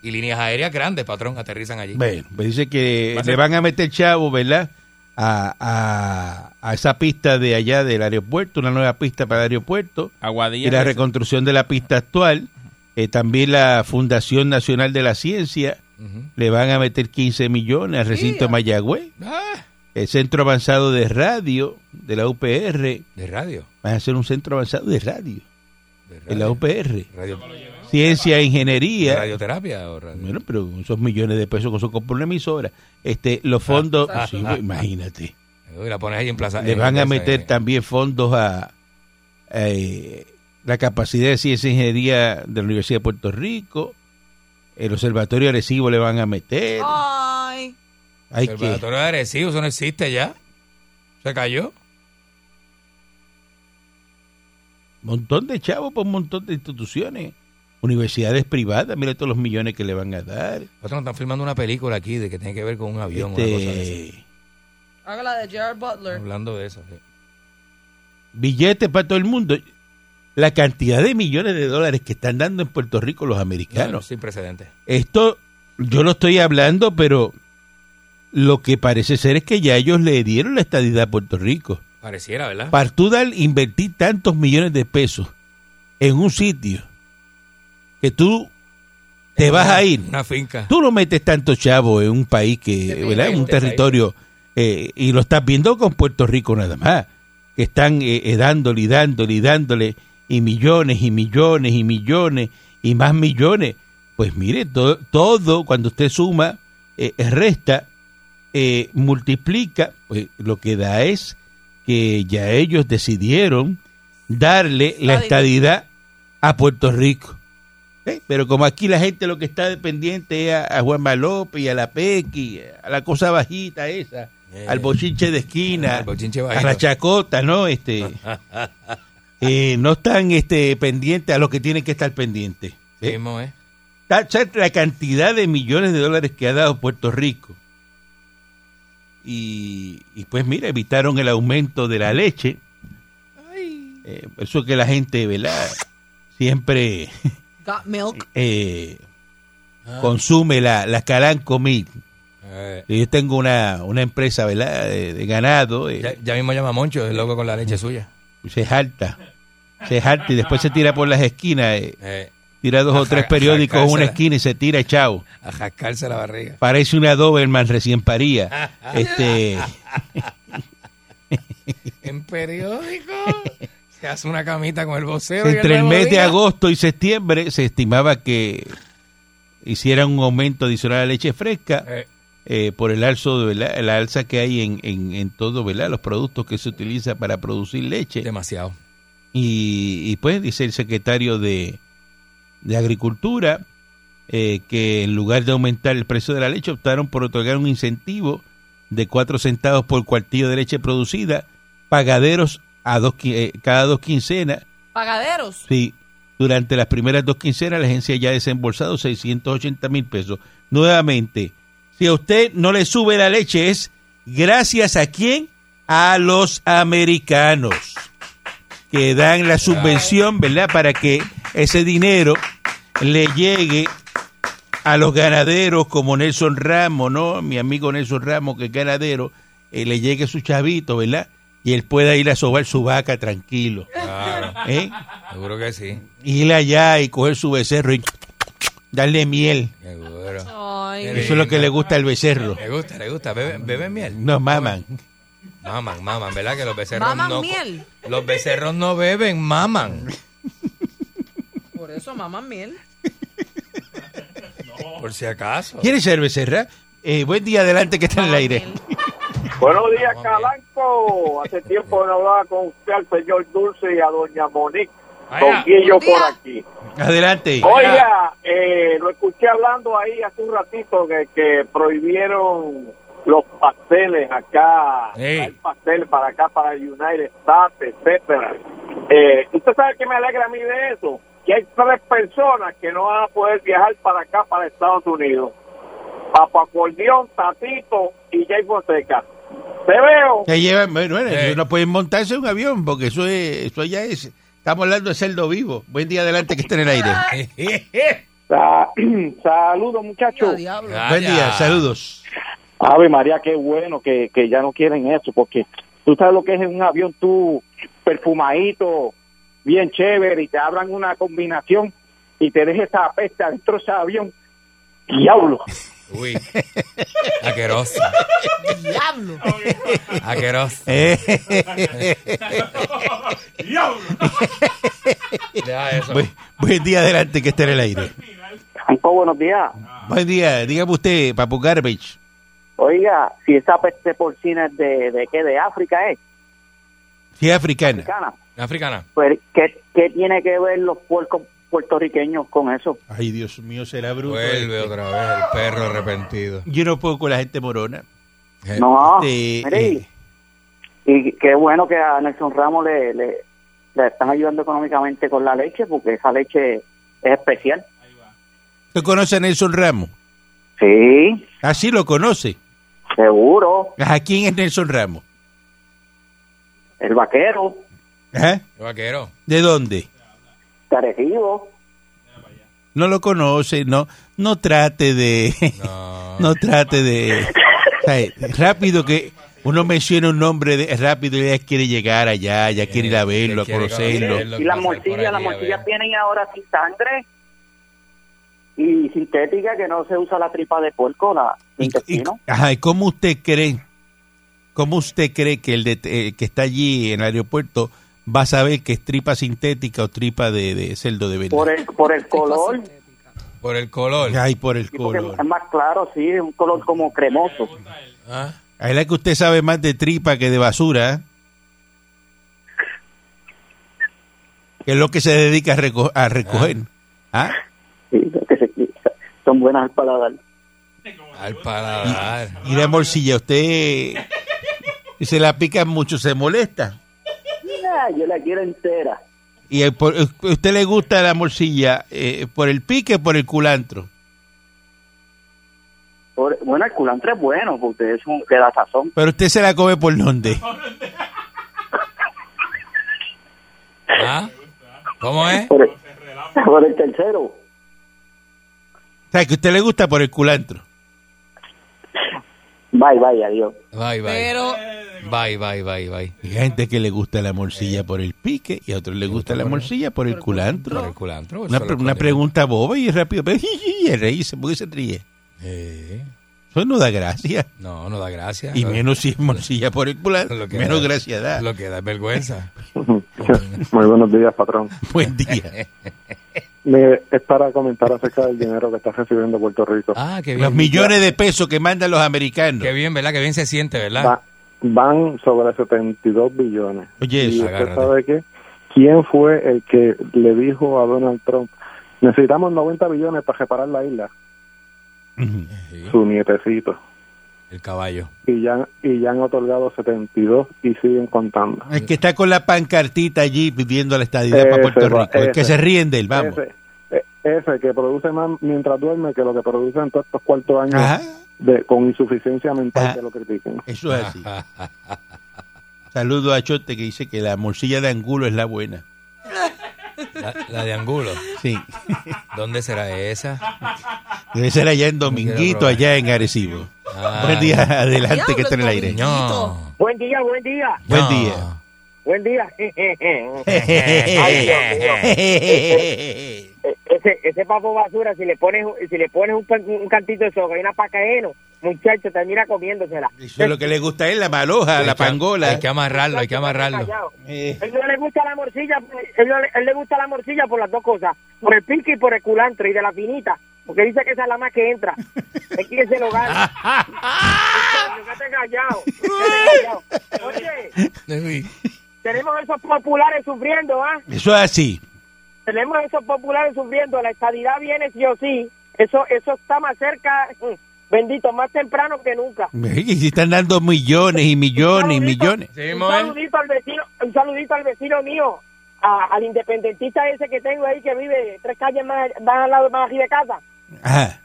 S4: Y líneas aéreas grandes, patrón, aterrizan allí.
S3: Bueno, pues dice que
S2: Va a
S3: le
S2: ser-
S3: van a meter chavo, ¿verdad? A, a- a esa pista de allá del aeropuerto, una nueva pista para el aeropuerto
S2: Aguadilla.
S3: y la
S2: es-
S3: reconstrucción de la pista actual. Eh, también la Fundación Nacional de la Ciencia
S4: Ujú.
S3: le van a meter 15 millones al recinto de Mayagüez.
S4: Ah,
S3: El Centro Avanzado de Radio de la UPR
S4: de radio.
S3: van a ser un centro avanzado de radio
S4: De radio.
S3: en la UPR.
S4: Radio-
S3: Ciencia e Ingeniería.
S4: radioterapia o radio.
S3: Bueno, pero con esos millones de pesos que son por una emisora, este, los fondos, Sí,
S4: ah,
S3: imagínate,
S4: Eh, Y la pones ahí en plaza.
S3: le
S4: en
S3: van a
S4: plaza,
S3: meter
S4: eh,
S3: también fondos a, eh, la capacidad de ciencia e ingeniería de la Universidad de Puerto Rico, el observatorio agresivo le van a meter,
S5: Ay,
S3: hay
S4: El
S3: que,
S4: Oh. observatorio de Arecibo, eso no existe ya. Se cayó.
S3: montón de chavos por un montón de instituciones, universidades privadas, mira todos los millones que le van a dar,
S4: Patrón, están filmando una película aquí de que tiene que ver con un avión o una cosa de esas.
S3: este,
S5: hágala de Gerard Butler.
S4: Hablando de eso. sí.
S3: billetes para todo el mundo. La cantidad de millones de dólares que están dando en Puerto Rico los
S4: No,
S3: americanos.
S4: Sin precedentes.
S3: Esto yo lo estoy hablando, pero lo que parece ser es que ya ellos le dieron la estadidad a Puerto Rico.
S4: Pareciera, ¿verdad?
S3: Para tú dar- invertir tantos millones de pesos en un sitio que tú te vas a ir.
S4: Una finca.
S3: Tú no metes tanto chavo en un país que, ¿verdad? En un territorio eh, y lo estás viendo con Puerto Rico nada más, que están eh, eh, dándole y dándole y dándole y millones y millones y millones y más millones. Pues mire, to- todo cuando usted suma, eh, resta, eh, multiplica, pues lo que da es que ya ellos decidieron darle la estadidad a Puerto Rico. ¿Eh? Pero como aquí la gente lo que está dependiente es a, a Juanma López y a la Pequi, a la cosa bajita esa,
S4: Eh.
S3: al bochinche de esquina,
S4: Al bochinche
S3: a
S4: bajito.
S3: la chacota, ¿no? Este, eh, no están este, pendientes a lo que tienen que estar pendientes.
S4: Sí,
S3: ¿eh?
S4: mismo, ¿eh?
S3: Ta- cha- La cantidad de millones de dólares que ha dado Puerto Rico. Y, y pues mira, evitaron el aumento de la leche. Eh, por eso que la gente, ¿verdad? Siempre...
S5: Got milk.
S3: eh,
S4: Ah.
S3: consume la, la Calanco Meat.
S4: Eh,
S3: Yo tengo una, una empresa ¿verdad? De, de ganado, eh,
S4: ya, ya mismo llama a Moncho, el loco con la leche suya.
S3: se jalta, se jalta y después se tira por las esquinas, eh,
S4: Eh,
S3: tira dos o
S4: Ajá,
S3: tres periódicos en una
S4: sacársela.
S3: esquina y se tira echado.
S4: a jascarse la barriga.
S3: Parece una Doberman recién paría. Este,
S4: En periódico se hace una camita con el vocero. y
S3: entre el mes
S4: nuevo
S3: de
S4: día.
S3: agosto y septiembre se estimaba que hiciera un aumento adicional a la leche fresca.
S4: Eh,
S3: eh, por el alzo de la, la alza que hay en, en, en todo ¿verdad? los productos que se utiliza para producir leche
S4: demasiado.
S3: y, y, pues dice el secretario de, de agricultura eh, que en lugar de aumentar el precio de la leche optaron por otorgar un incentivo de 4 centavos por cuartillo de leche producida pagaderos a dos, qui- eh, cada dos quincenas
S5: Pagaderos.
S3: Sí, durante las primeras dos quincenas la agencia ya ha desembolsado 680 mil pesos. Nuevamente, si a usted no le sube la leche es gracias a quién? A los americanos que dan la subvención, ¿verdad? Para que ese dinero le llegue a los ganaderos como Nelson Ramos, ¿no? Mi amigo Nelson Ramos, que es ganadero, eh, le llegue su chavito, ¿verdad? Y él pueda ir a sobar su vaca tranquilo,
S4: Claro,
S3: ¿eh?
S4: seguro que sí.
S3: Ir allá y coger su becerro y darle miel.
S4: Seguro.
S5: Ay,
S3: Eso es lo que le gusta al becerro.
S4: Le gusta, le gusta. Beben, beben miel.
S3: No maman.
S4: Maman, maman, ¿verdad? Que los becerros
S5: Maman
S4: no. co-
S5: miel.
S4: Los becerros no beben, maman.
S5: por eso maman miel.
S4: Por si acaso.
S3: ¿Quieres ser becerra? Eh, buen día, adelante, que está en el aire.
S7: Buenos días, Calanco. Hace tiempo no hablaba con usted, al señor Dulce y a doña Monique.
S4: Vaya.
S7: Con quien yo por
S5: Buen día.
S7: aquí.
S3: Adelante.
S7: Oh. Oiga, eh, lo escuché hablando ahí hace un ratito que, que prohibieron los pasteles acá,
S4: Ey.
S7: el pastel para acá, para United States, etcétera. Eh, ¿Usted sabe que me alegra a mí de eso? Que hay tres personas que no van a poder viajar para acá, para Estados Unidos. Papo Acordeón, Tatito y Jay Fonseca. Te veo.
S3: Ya llevan, bueno, bueno,
S4: Eh.
S3: ellos no pueden montarse en un avión porque eso es, eso ya es. Estamos hablando de cerdo vivo. Buen día, adelante, que está en el aire.
S7: Saludos, muchachos.
S5: diablo.
S4: Ah,
S3: Buen
S4: ya.
S3: día, saludos.
S7: Ave María, qué bueno que, que ya no quieren eso, porque tú sabes lo que es en un avión tú perfumadito, bien chévere, y te abran una combinación y te dejes esa peste adentro de ese avión. Diablo.
S4: Uy. Aqueroso.
S5: Diablo.
S4: Aqueroso.
S3: Eh,
S4: Deja eso.
S3: Buen, buen día, adelante, que está en el aire.
S7: Franco, buenos días.
S3: Buen día, dígame usted, Papu Garbage.
S7: Oiga, si esa peste porcina es de, de qué, de África, ¿es?
S3: Si es africana.
S7: Cana.
S4: Africana.
S7: Pues, ¿qué, ¿qué tiene que ver los puercos puertorriqueños con eso?
S3: Ay, Dios mío, será bruto.
S4: Vuelve
S3: este.
S4: otra vez el perro arrepentido.
S3: Yo no puedo con la gente morona.
S7: No,
S3: Este,
S7: mire,
S3: eh,
S7: Y qué bueno que a Nelson Ramos le, le, le están ayudando económicamente con la leche, porque esa leche es especial.
S3: ¿Usted conoce a Nelson Ramos?
S7: Sí,
S3: Así lo conoce.
S7: seguro.
S3: ¿A quién es Nelson Ramos?
S7: El vaquero,
S3: ¿Ah?
S4: Vaquero.
S3: ¿De dónde?
S7: carecido.
S3: No lo conoce, no, no trate de,
S4: No.
S3: no trate de, o sea, rápido que uno menciona un nombre de, rápido y ya quiere llegar allá, ya quiere ir a verlo, a
S4: Eh, Quiere
S3: conocerlo.
S4: conocerlo,
S7: Y las
S4: pasar por
S7: morcillas, las
S4: allí, a
S7: morcillas
S4: ver.
S7: vienen ahora sin sangre y sintética, que no se usa la tripa de puerco, la
S3: Y, y-
S7: intestino.
S3: ajá, ¿y ¿Cómo usted cree, cómo usted cree que el, de- el que está allí en el aeropuerto va a saber que es tripa sintética o tripa de, de cerdo de
S7: Por
S3: verdad?
S7: el, por el color,
S4: Por el color.
S3: Ay, por el
S7: sí, porque
S3: color.
S7: es más claro, sí, es un color como cremoso.
S4: Ah.
S3: Ahí la que usted sabe más de tripa que de basura. ¿eh? Que es lo que se dedica a, reco- a recoger. ¿Ah?
S7: Sí, lo que se- son buenas al paladar.
S4: Al paladar.
S3: Y la morcilla, usted y se la pica mucho, se molesta.
S7: Ah, yo la quiero entera.
S3: Y el por- usted le gusta la morcilla eh, por el pique o por el culantro.
S7: Por- bueno, el culantro es bueno porque es un que da sazón.
S3: Pero usted se la come por dónde.
S4: ¿Ah? ¿Cómo es?
S7: Por el, por el tercero.
S3: O sea, que usted le gusta por el culantro.
S7: Bye, bye, adiós.
S4: Bye, bye.
S5: Pero
S4: Bye, bye, bye, bye.
S3: Hay gente que le gusta la morcilla por el pique y a otros le gusta la morcilla por el
S4: Por el
S3: culantro.
S4: culantro.
S3: Una,
S4: eso
S3: pre-
S4: lo
S3: una
S4: escondemos.
S3: pregunta boba y rápido. Pero, y reírse, ¿por qué se ríe?
S4: Eh,
S3: Eso no da gracia.
S4: no, no da gracia.
S3: Y
S4: Lo-
S3: menos si es morcilla por el culantro.
S4: lo que
S3: Menos
S4: da-
S3: gracia da.
S4: Lo que da es vergüenza.
S8: Muy buenos días, patrón.
S3: Buen día.
S8: Mire, es para comentar acerca del dinero que está recibiendo Puerto Rico.
S4: Ah, qué bien.
S3: Los millones de pesos que mandan los americanos.
S4: Qué bien, ¿verdad? Qué bien se siente, ¿verdad?
S8: Va- van sobre 72 billones.
S3: Oye,
S8: ¿Y
S3: eso.
S8: usted
S4: agárrate.
S8: sabe qué? ¿Quién fue el que le dijo a Donald Trump, necesitamos 90 billones para reparar la isla?
S3: Ujú.
S4: Sí,
S8: Su nietecito.
S4: el caballo.
S8: Y ya, y ya han otorgado 72 y siguen contando.
S3: El que está con la pancartita allí pidiendo la estadidad
S8: Ese
S3: para Puerto
S8: va,
S3: Rico. El que
S8: ese.
S3: se ríen de él, vamos.
S8: Ese, e- ese que produce más mientras duerme que lo que produce en todos estos cuartos años
S3: Ajá.
S8: de, con insuficiencia mental
S3: Ah.
S8: que lo critiquen.
S3: Eso es así. Saludo a Chote que dice que la morcilla de angulo es la buena.
S4: La, la de Angulo.
S3: Sí.
S4: ¿Dónde será esa?
S3: Debe ser allá en Dominguito,
S4: probar.
S3: allá en Arecibo.
S4: Ah.
S3: Buen día, adelante
S5: Diablo,
S3: que está en el aire.
S5: Domingo.
S4: No.
S6: Buen día, buen día.
S3: Buen
S4: No.
S3: día.
S6: Buen día. E-
S3: Jejeje.
S6: ese, ese papo basura, si le pones si le pones un, pan- un cantito de soga y una paca de heno, muchacho, termina comiéndosela.
S3: Eso es lo que le gusta es la maloja, la
S4: Hay que-
S3: pangola.
S4: Hay que amarrarlo, hay que amarrarlo.
S6: Callao.
S3: Eh,
S6: Él no le gusta la morcilla, pues, él, no le, él le gusta la morcilla por las dos cosas, por el pique y por el culantro y de la finita, porque dice que esa es la más que entra. Es que se lo gana. Quédate callado. quédate callado. Oye, tenemos esos populares sufriendo, ¿ah?
S3: Eso es así.
S6: tenemos esos populares sufriendo, la estadidad viene sí o sí, eso, eso está más cerca, mm, bendito, más temprano que nunca.
S3: Y si están dando millones y millones y millones.
S4: Sí,
S6: un
S4: Moel.
S6: saludito al vecino, un saludito al vecino mío, a- al independentista ese que tengo ahí que vive tres calles más, más al lado más arriba de casa,
S3: Ajá.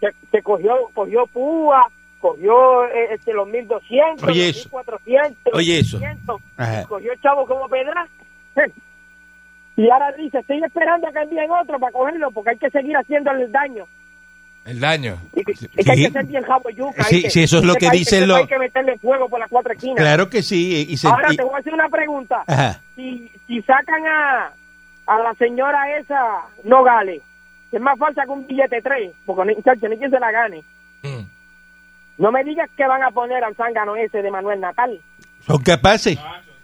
S6: que, que cogió, cogió púa, cogió eh, este, los 1200,
S3: Oye,
S6: los
S3: eso.
S6: 1400,
S3: Oye, eso.
S6: 500,
S3: Ajá.
S6: cogió el chavo como pedra. Y ahora dice, estoy esperando a que envíen otro para cogerlo porque hay que seguir haciéndole el daño.
S4: El daño.
S6: Y que- y que hay
S3: Sí.
S6: que ser bien jaboyuca,
S3: Sí,
S6: hay que-
S3: sí, eso es lo que
S6: hay
S3: dicen
S6: hay
S3: los-
S6: que meterle fuego por las cuatro esquinas.
S3: Claro que sí. Y se-
S6: Ahora
S3: y-
S6: te voy a hacer una pregunta.
S3: Ajá.
S6: Si, si sacan a, a la señora esa Nogales, que es más falsa que un billete tres, porque no, chacho, ni quien se la gane.
S4: Mm.
S6: No me digas que van a poner al zángano ese de Manuel Natal.
S3: Son capaces.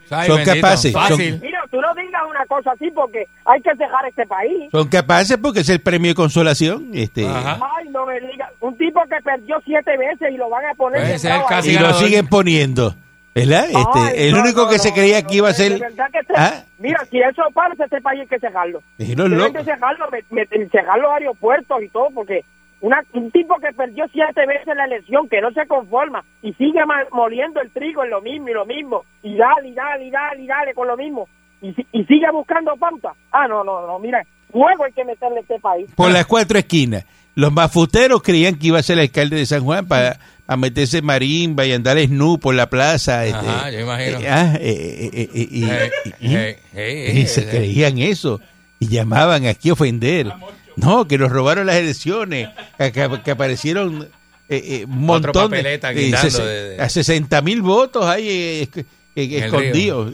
S4: Ay,
S3: Son
S4: bendito.
S3: capaces, son-
S4: Fácil.
S6: Mira, tú no digas una cosa así porque hay que dejar este país.
S3: Son capaces porque es el premio de consolación. Este,
S4: Ajá.
S6: Ay, no me digas. Un tipo que perdió siete veces y lo van a poner.
S4: Puede ser
S6: sentado ahí.
S4: casi
S3: y lo
S4: ganador.
S3: siguen poniendo. ¿Verdad? Este,
S6: Ay,
S3: el
S6: no,
S3: único
S6: no,
S3: que
S6: no,
S3: se creía
S6: no,
S3: que iba a
S6: de
S3: ser.
S6: verdad que se-
S3: ¿Ah?
S6: Mira, si eso pasa, este país hay que cejarlo.
S3: Y los
S6: Tienen
S3: locos.
S6: que cejarlo, me- me- cejar los aeropuertos y todo, porque una, un tipo que perdió siete veces la elección, que no se conforma y sigue ma- moliendo el trigo en lo mismo y lo mismo, y dale, y dale, y dale, y dale con lo mismo, y, si- y sigue buscando pauta. Ah, no, no, no, mira, luego hay que meterle a este país.
S3: por las cuatro esquinas. Los mafuteros creían que iba a ser el alcalde de San Juan para a meterse marimba y andar snu por la plaza. Este,
S4: Ajá, yo imagino.
S3: eh, ah, eh, eh, eh, y-
S4: Eh,
S3: y-
S4: eh, eh,
S3: y
S4: eh,
S3: se
S4: eh.
S3: creían eso y llamaban aquí a ofender. No, que nos robaron las elecciones, que, que- que aparecieron eh, eh, un
S4: Cuatro
S3: montón de,
S4: papeletas
S3: eh,
S4: gritando
S3: sesen-
S4: de- de-
S3: a 60 mil votos ahí eh, esc- eh,
S4: el
S3: escondidos.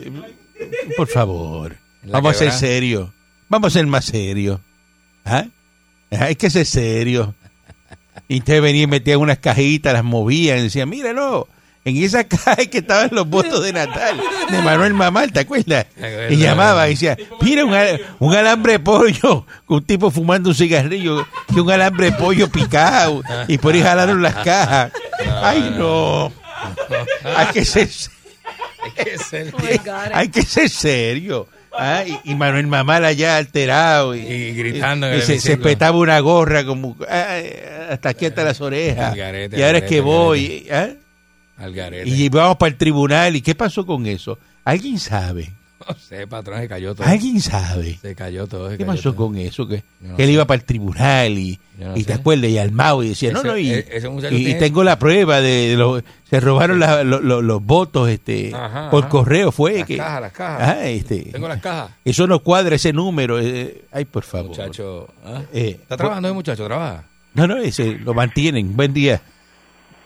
S3: Por favor,
S4: En la
S3: vamos a
S4: quebrada.
S3: ser serios, vamos a ser más serios. ¿Ah? Ah, Hay que ser serio. Y ustedes venían y metían unas cajitas, las movían y decían, mira, no, en esa caja es que estaban los votos de Natal, de Manuel Mamal, ¿te acuerdas?
S4: acuerdo,
S3: Y llamaba
S4: eh.
S3: y decía, mira, un, al- un alambre de pollo, con un tipo fumando un cigarrillo, y un alambre de pollo picado, y por ahí jalaron las cajas. Ay, no. Hay que ser,
S4: Es
S5: Oh
S4: el-
S3: hay que ser serio. Ah, y, y Manuel Mamal allá alterado y,
S4: Y gritando en
S3: y
S4: el
S3: se, se
S4: hemiciclo.
S3: petaba una gorra como ay, hasta aquí hasta las orejas
S4: El garete,
S3: y ahora
S4: el
S3: es que
S4: garete,
S3: voy ¿ah?
S4: Al garete.
S3: y vamos para el tribunal y qué pasó con eso alguien sabe
S4: No sé, patrón, se cayó todo.
S3: alguien sabe
S4: Se cayó todo. se
S3: ¿Qué
S4: cayó
S3: pasó
S4: todo.
S3: con eso? Que,
S4: Pues, Yo no
S3: que él
S4: sé.
S3: iba para el tribunal y,
S4: Yo no
S3: y te
S4: sé.
S3: acuerdas, y al y decía, no,
S4: Ese-
S3: no, y,
S4: e- ese muchacho
S3: y- y
S4: tiene-
S3: tengo la prueba de, de los- se robaron la- lo- lo- los votos este
S4: Ajá,
S3: por
S4: ajá.
S3: correo, fue
S4: Las
S3: que...
S4: cajas, las cajas.
S3: Ah, este,
S4: Tengo las cajas.
S3: Eso no cuadra ese número. eh, ay, por favor.
S4: Muchacho. ¿ah?
S3: Eh,
S4: ¿Está trabajando el muchacho? ¿Trabaja?
S3: No, no, ese, lo mantienen. Buen día.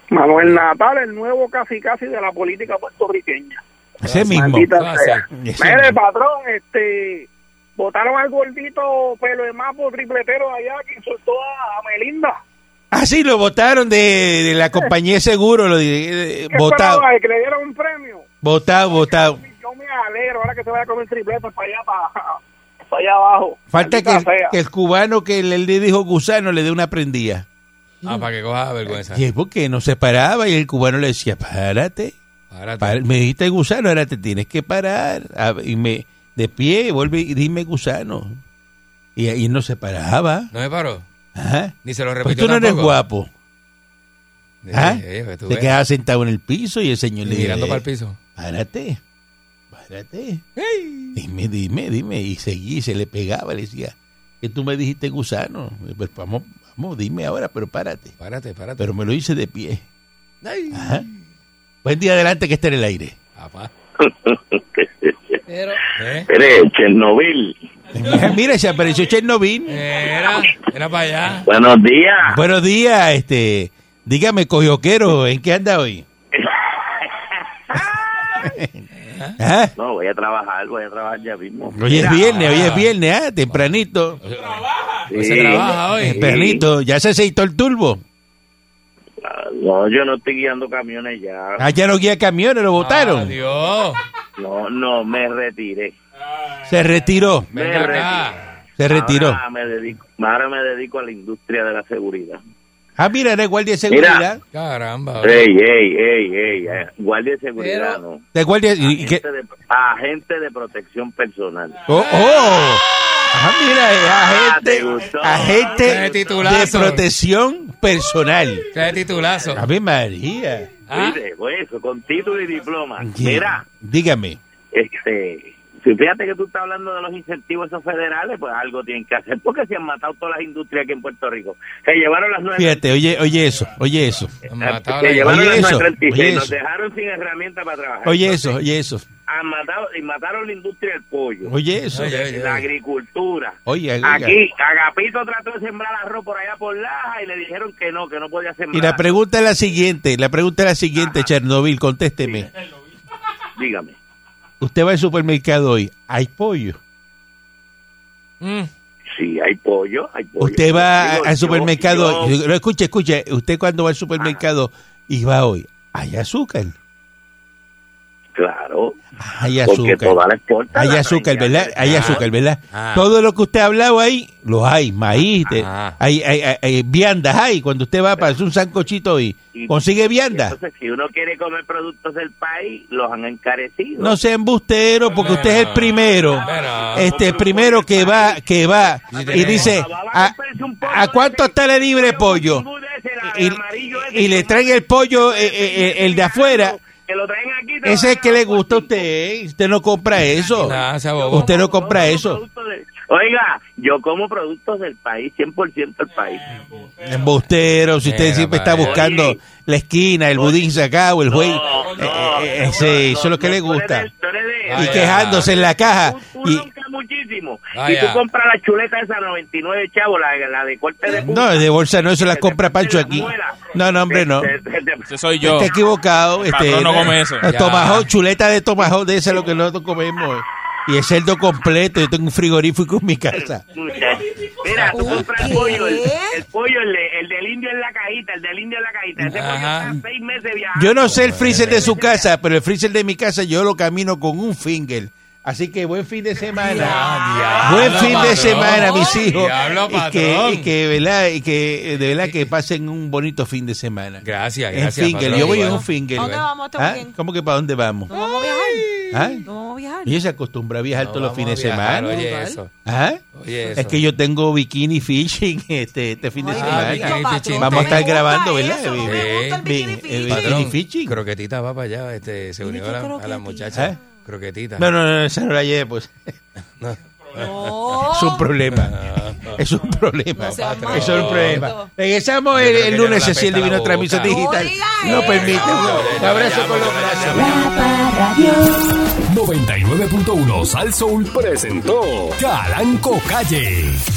S6: Manuel Natal, el nuevo casi casi de la política puertorriqueña.
S3: Ese
S4: Ah,
S3: mismo.
S6: maldita
S4: Ah, sea.
S3: Ese
S6: Mire,
S3: mismo.
S6: patrón, este, votaron al gordito pelo de mapo tripletero allá que insultó a a Melinda.
S3: Ah, sí, lo votaron de, de la compañía de seguro. Lo, de- de-
S6: ¿Qué
S3: votado,
S6: esperaba? ¿Que le dieran un premio?
S3: votado, votado.
S6: Yo me alegro ahora que se vaya a comer tripletas pues, para allá, para, para allá abajo.
S3: Falta que,
S6: Maldita sea.
S3: que el cubano que le, le dijo gusano le dé una prendida.
S4: Ah, para que coja vergüenza.
S3: Y es porque no se paraba y el cubano le decía, párate.
S4: Ahora
S3: par- me dijiste gusano, ahora te tienes que parar. A ver, y me, de pie, vuelve y dime gusano. Y ahí no se paraba.
S4: No me paró.
S3: Ajá.
S4: Ni se lo
S3: Pues
S4: repitió
S3: tú no eres
S4: tampoco.
S3: guapo.
S4: Eh,
S3: ¿Ah?
S4: eh, pues tú
S3: Se
S4: ves.
S3: quedaba sentado en el piso y el señor le
S4: mirando
S3: eh,
S4: para el piso.
S3: Párate, párate. Dime, dime, dime. Y seguí, se le pegaba, le decía, que tú me dijiste gusano. Eh, Pues vamos, Vamos, dime ahora, pero párate.
S4: Párate, párate.
S3: Pero me lo hice de pie.
S4: Ay,
S3: Ajá. Buen día adelante que esté en el aire.
S4: papá.
S9: Pero,
S4: ¿Eh?
S10: Mire, Chernobyl.
S3: Mira, se apareció Chernobyl.
S4: Era, era para allá.
S10: Buenos días.
S3: Buenos días, este. Dígame, coyoquero, ¿en qué anda hoy? ¿Ah?
S10: No, voy a trabajar, voy a trabajar ya mismo.
S3: Hoy es viernes, hoy es viernes, ¿ah? Tempranito.
S4: Hoy se trabaja hoy.
S3: Tempranito. ¿Ya se aceitó el turbo?
S10: Ah, No, yo no estoy guiando camiones ya.
S3: Ah, ya no guía camiones, lo
S4: Ah,
S3: votaron.
S4: Adiós.
S10: No, no, me retiré.
S3: Se retiró,
S10: Me
S4: Venga acá.
S7: Ah.
S3: se retiró.
S10: Ahora me dedico, ahora me dedico a la industria de la seguridad.
S3: Ah, mira, era guardia de seguridad.
S4: Caramba.
S10: Ey, ey, ey, ey, eh, guardia de seguridad, no.
S3: De guardia. y- y que-
S10: Agente de, agente de protección personal.
S3: Oh, oh. Ah, mira, eh,
S10: te
S3: agente,
S10: gustó.
S4: Qué
S3: agente de
S4: titulazo. Ah.
S3: protección personal.
S4: Qué titulazo.
S3: Ave María.
S4: Ah.
S10: Mire, pues, eso, con título y
S7: Ah,
S10: diploma.
S3: Yeah.
S10: Mira,
S3: Dígame.
S10: este, si fíjate que tú estás hablando de los incentivos esos federales, pues algo tienen que hacer, porque se han matado todas las industrias aquí en Puerto Rico. Se llevaron las nueve.
S3: Fíjate, oye, oye eso, oye eso.
S4: Han matado
S10: Se
S4: la-
S10: llevaron
S3: Oye
S10: las
S3: eso,
S10: 936,
S3: oye
S10: nos
S3: eso.
S10: dejaron sin herramientas para trabajar.
S3: Oye eso, oye eso.
S10: Han matado, y mataron la industria del pollo.
S3: Oye eso.
S4: Oye, oye,
S10: la
S4: oye.
S10: agricultura.
S3: Oye, oiga.
S10: Aquí, Agapito trató de sembrar arroz por allá por Laja y le dijeron que no, que no podía sembrar.
S3: Y la pregunta es la siguiente, la pregunta es la siguiente, Chernobyl, contésteme.
S10: Dígame.
S3: Usted va al supermercado hoy, hay pollo.
S4: Mm.
S10: Sí, hay pollo, hay pollo.
S3: Usted va
S10: Digo,
S3: al
S10: yo-
S3: supermercado,
S10: yo-
S3: no, escuche, escuche, usted cuando va al supermercado y va hoy, hay azúcar,
S10: claro,
S3: hay
S10: porque toda
S3: azúcar.
S10: la exporta.
S3: Hay azúcar, ¿verdad? Hay azúcar, ¿verdad?
S4: Ah.
S3: Todo lo que usted ha hablado ahí, lo hay. Maíz, de-
S4: Ah.
S3: hay, hay, hay- hay viandas, hay. Cuando usted va para hacer un sancochito y
S10: Y-
S3: consigue vianda.
S10: Entonces, si uno quiere comer productos del país, los han encarecido.
S3: No sea embustero, porque usted es el primero.
S4: Pero-
S3: Este el primero que va, que va y dice, ¿a, a cuánto está la libre pollo? Y, y le traen el pollo, eh, eh, eh, el de afuera.
S10: Que lo traen aquí, te lo
S3: Ese es
S10: dan
S3: que
S10: a
S3: le
S10: los
S3: gusta a
S10: cinco.
S3: usted. ¿eh? Usted no compra eso.
S4: Nah, se abogó.
S3: Usted no compra
S10: Yo como
S3: eso.
S10: productos del- Oiga, yo como productos del país, 100% del país.
S3: Embustero, si usted
S4: Mira,
S3: siempre está
S4: vaya.
S3: buscando
S10: Oye.
S3: la esquina, el budín sacado, el juego.
S10: No,
S3: Eh,
S10: no,
S3: eh, eh,
S10: no,
S3: sí,
S10: no,
S3: eso es lo que
S10: no,
S3: le
S10: tú eres
S3: gusta.
S10: de- tú eres de-
S3: Y
S4: Vaya.
S3: quejándose en la caja.
S10: Tú, tú
S3: Y,
S10: roncas muchísimo.
S4: Vaya.
S10: Y tú compras la chuleta esa 99 chavo, la, la de corte de
S3: no, de bolsa no, eso la compra Pancho aquí. No, no, hombre, no.
S10: Se- se- se-
S2: Ese soy yo.
S3: Está equivocado. Este,
S2: patrón no come eso.
S3: eh,
S4: Ya.
S3: Tomahawk, chuleta de tomajón, de ese es lo que nosotros comemos. eh. Y el cerdo completo, yo tengo un frigorífico en mi casa.
S10: Mira, tú compras el pollo, el, el pollo, el, de- el del indio en la cajita, el del indio en la cajita. Ese
S4: Ajá.
S10: pollo está seis meses viajando.
S3: Yo no sé el freezer de su casa, pero el freezer de mi casa yo lo camino con un finger. Así que buen fin de semana.
S4: Ya,
S3: Buen
S4: diablo,
S3: fin de
S4: patrón.
S3: semana, mis hijos.
S4: Diablo,
S3: Y que, y
S4: patrón.
S3: que, ¿verdad? Y que, eh, de verdad que pasen un bonito fin de semana.
S4: Gracias,
S3: En
S4: gracias.
S3: finger,
S4: patrón.
S3: yo voy en
S4: Bueno.
S3: un finger.
S9: ¿A dónde vamos este
S3: ¿Ah?
S9: weekend?
S3: ¿Cómo que para dónde vamos?
S9: no vamos a viajar.
S3: ¿Ah?
S9: No vamos a viajar.
S3: Y se acostumbra a viajar todos
S4: No,
S3: los
S4: vamos
S3: fines de
S4: a viajar,
S3: semana.
S4: Oye,
S9: Brutal.
S4: eso.
S3: ¿Ah?
S4: Oye, eso.
S3: Es que yo tengo bikini fishing este, este fin de
S9: Ay,
S4: Ah,
S3: semana.
S9: bendito,
S4: bikini
S9: patrón,
S4: fishing.
S9: no
S3: Vamos a
S9: me
S3: estar
S9: gusta
S3: grabando,
S9: eso,
S3: ¿verdad? eh,
S9: no me
S4: Sí.
S9: gusta el bikini
S3: Bien,
S9: fishing.
S3: bien.
S4: Patrón,
S3: Bikini fishing.
S4: croquetita va para allá, este, se unió a la, a la
S9: croquetita.
S4: muchacha.
S3: ¿Eh?
S4: Croquetita.
S3: No, no, no, esa no la lleve, pues.
S9: No.
S3: Es un problema. Es un problema.
S9: Oh. No
S3: Eso
S9: seas
S3: es un
S9: malo.
S3: problema. Regresamos el,
S4: creo que
S3: el
S4: ya no la
S3: lunes, si el
S4: apesta la
S3: divino transmisión
S4: boca.
S3: digital.
S9: Oiga
S3: No
S9: eso.
S3: permite.
S4: Ya,
S3: Un
S4: ya,
S3: abrazo
S4: ya,
S3: con los
S4: ya, ya,
S3: brazos.
S4: ya.
S11: Radio.
S1: 99.1 Sal Soul presentó Calanco Calle.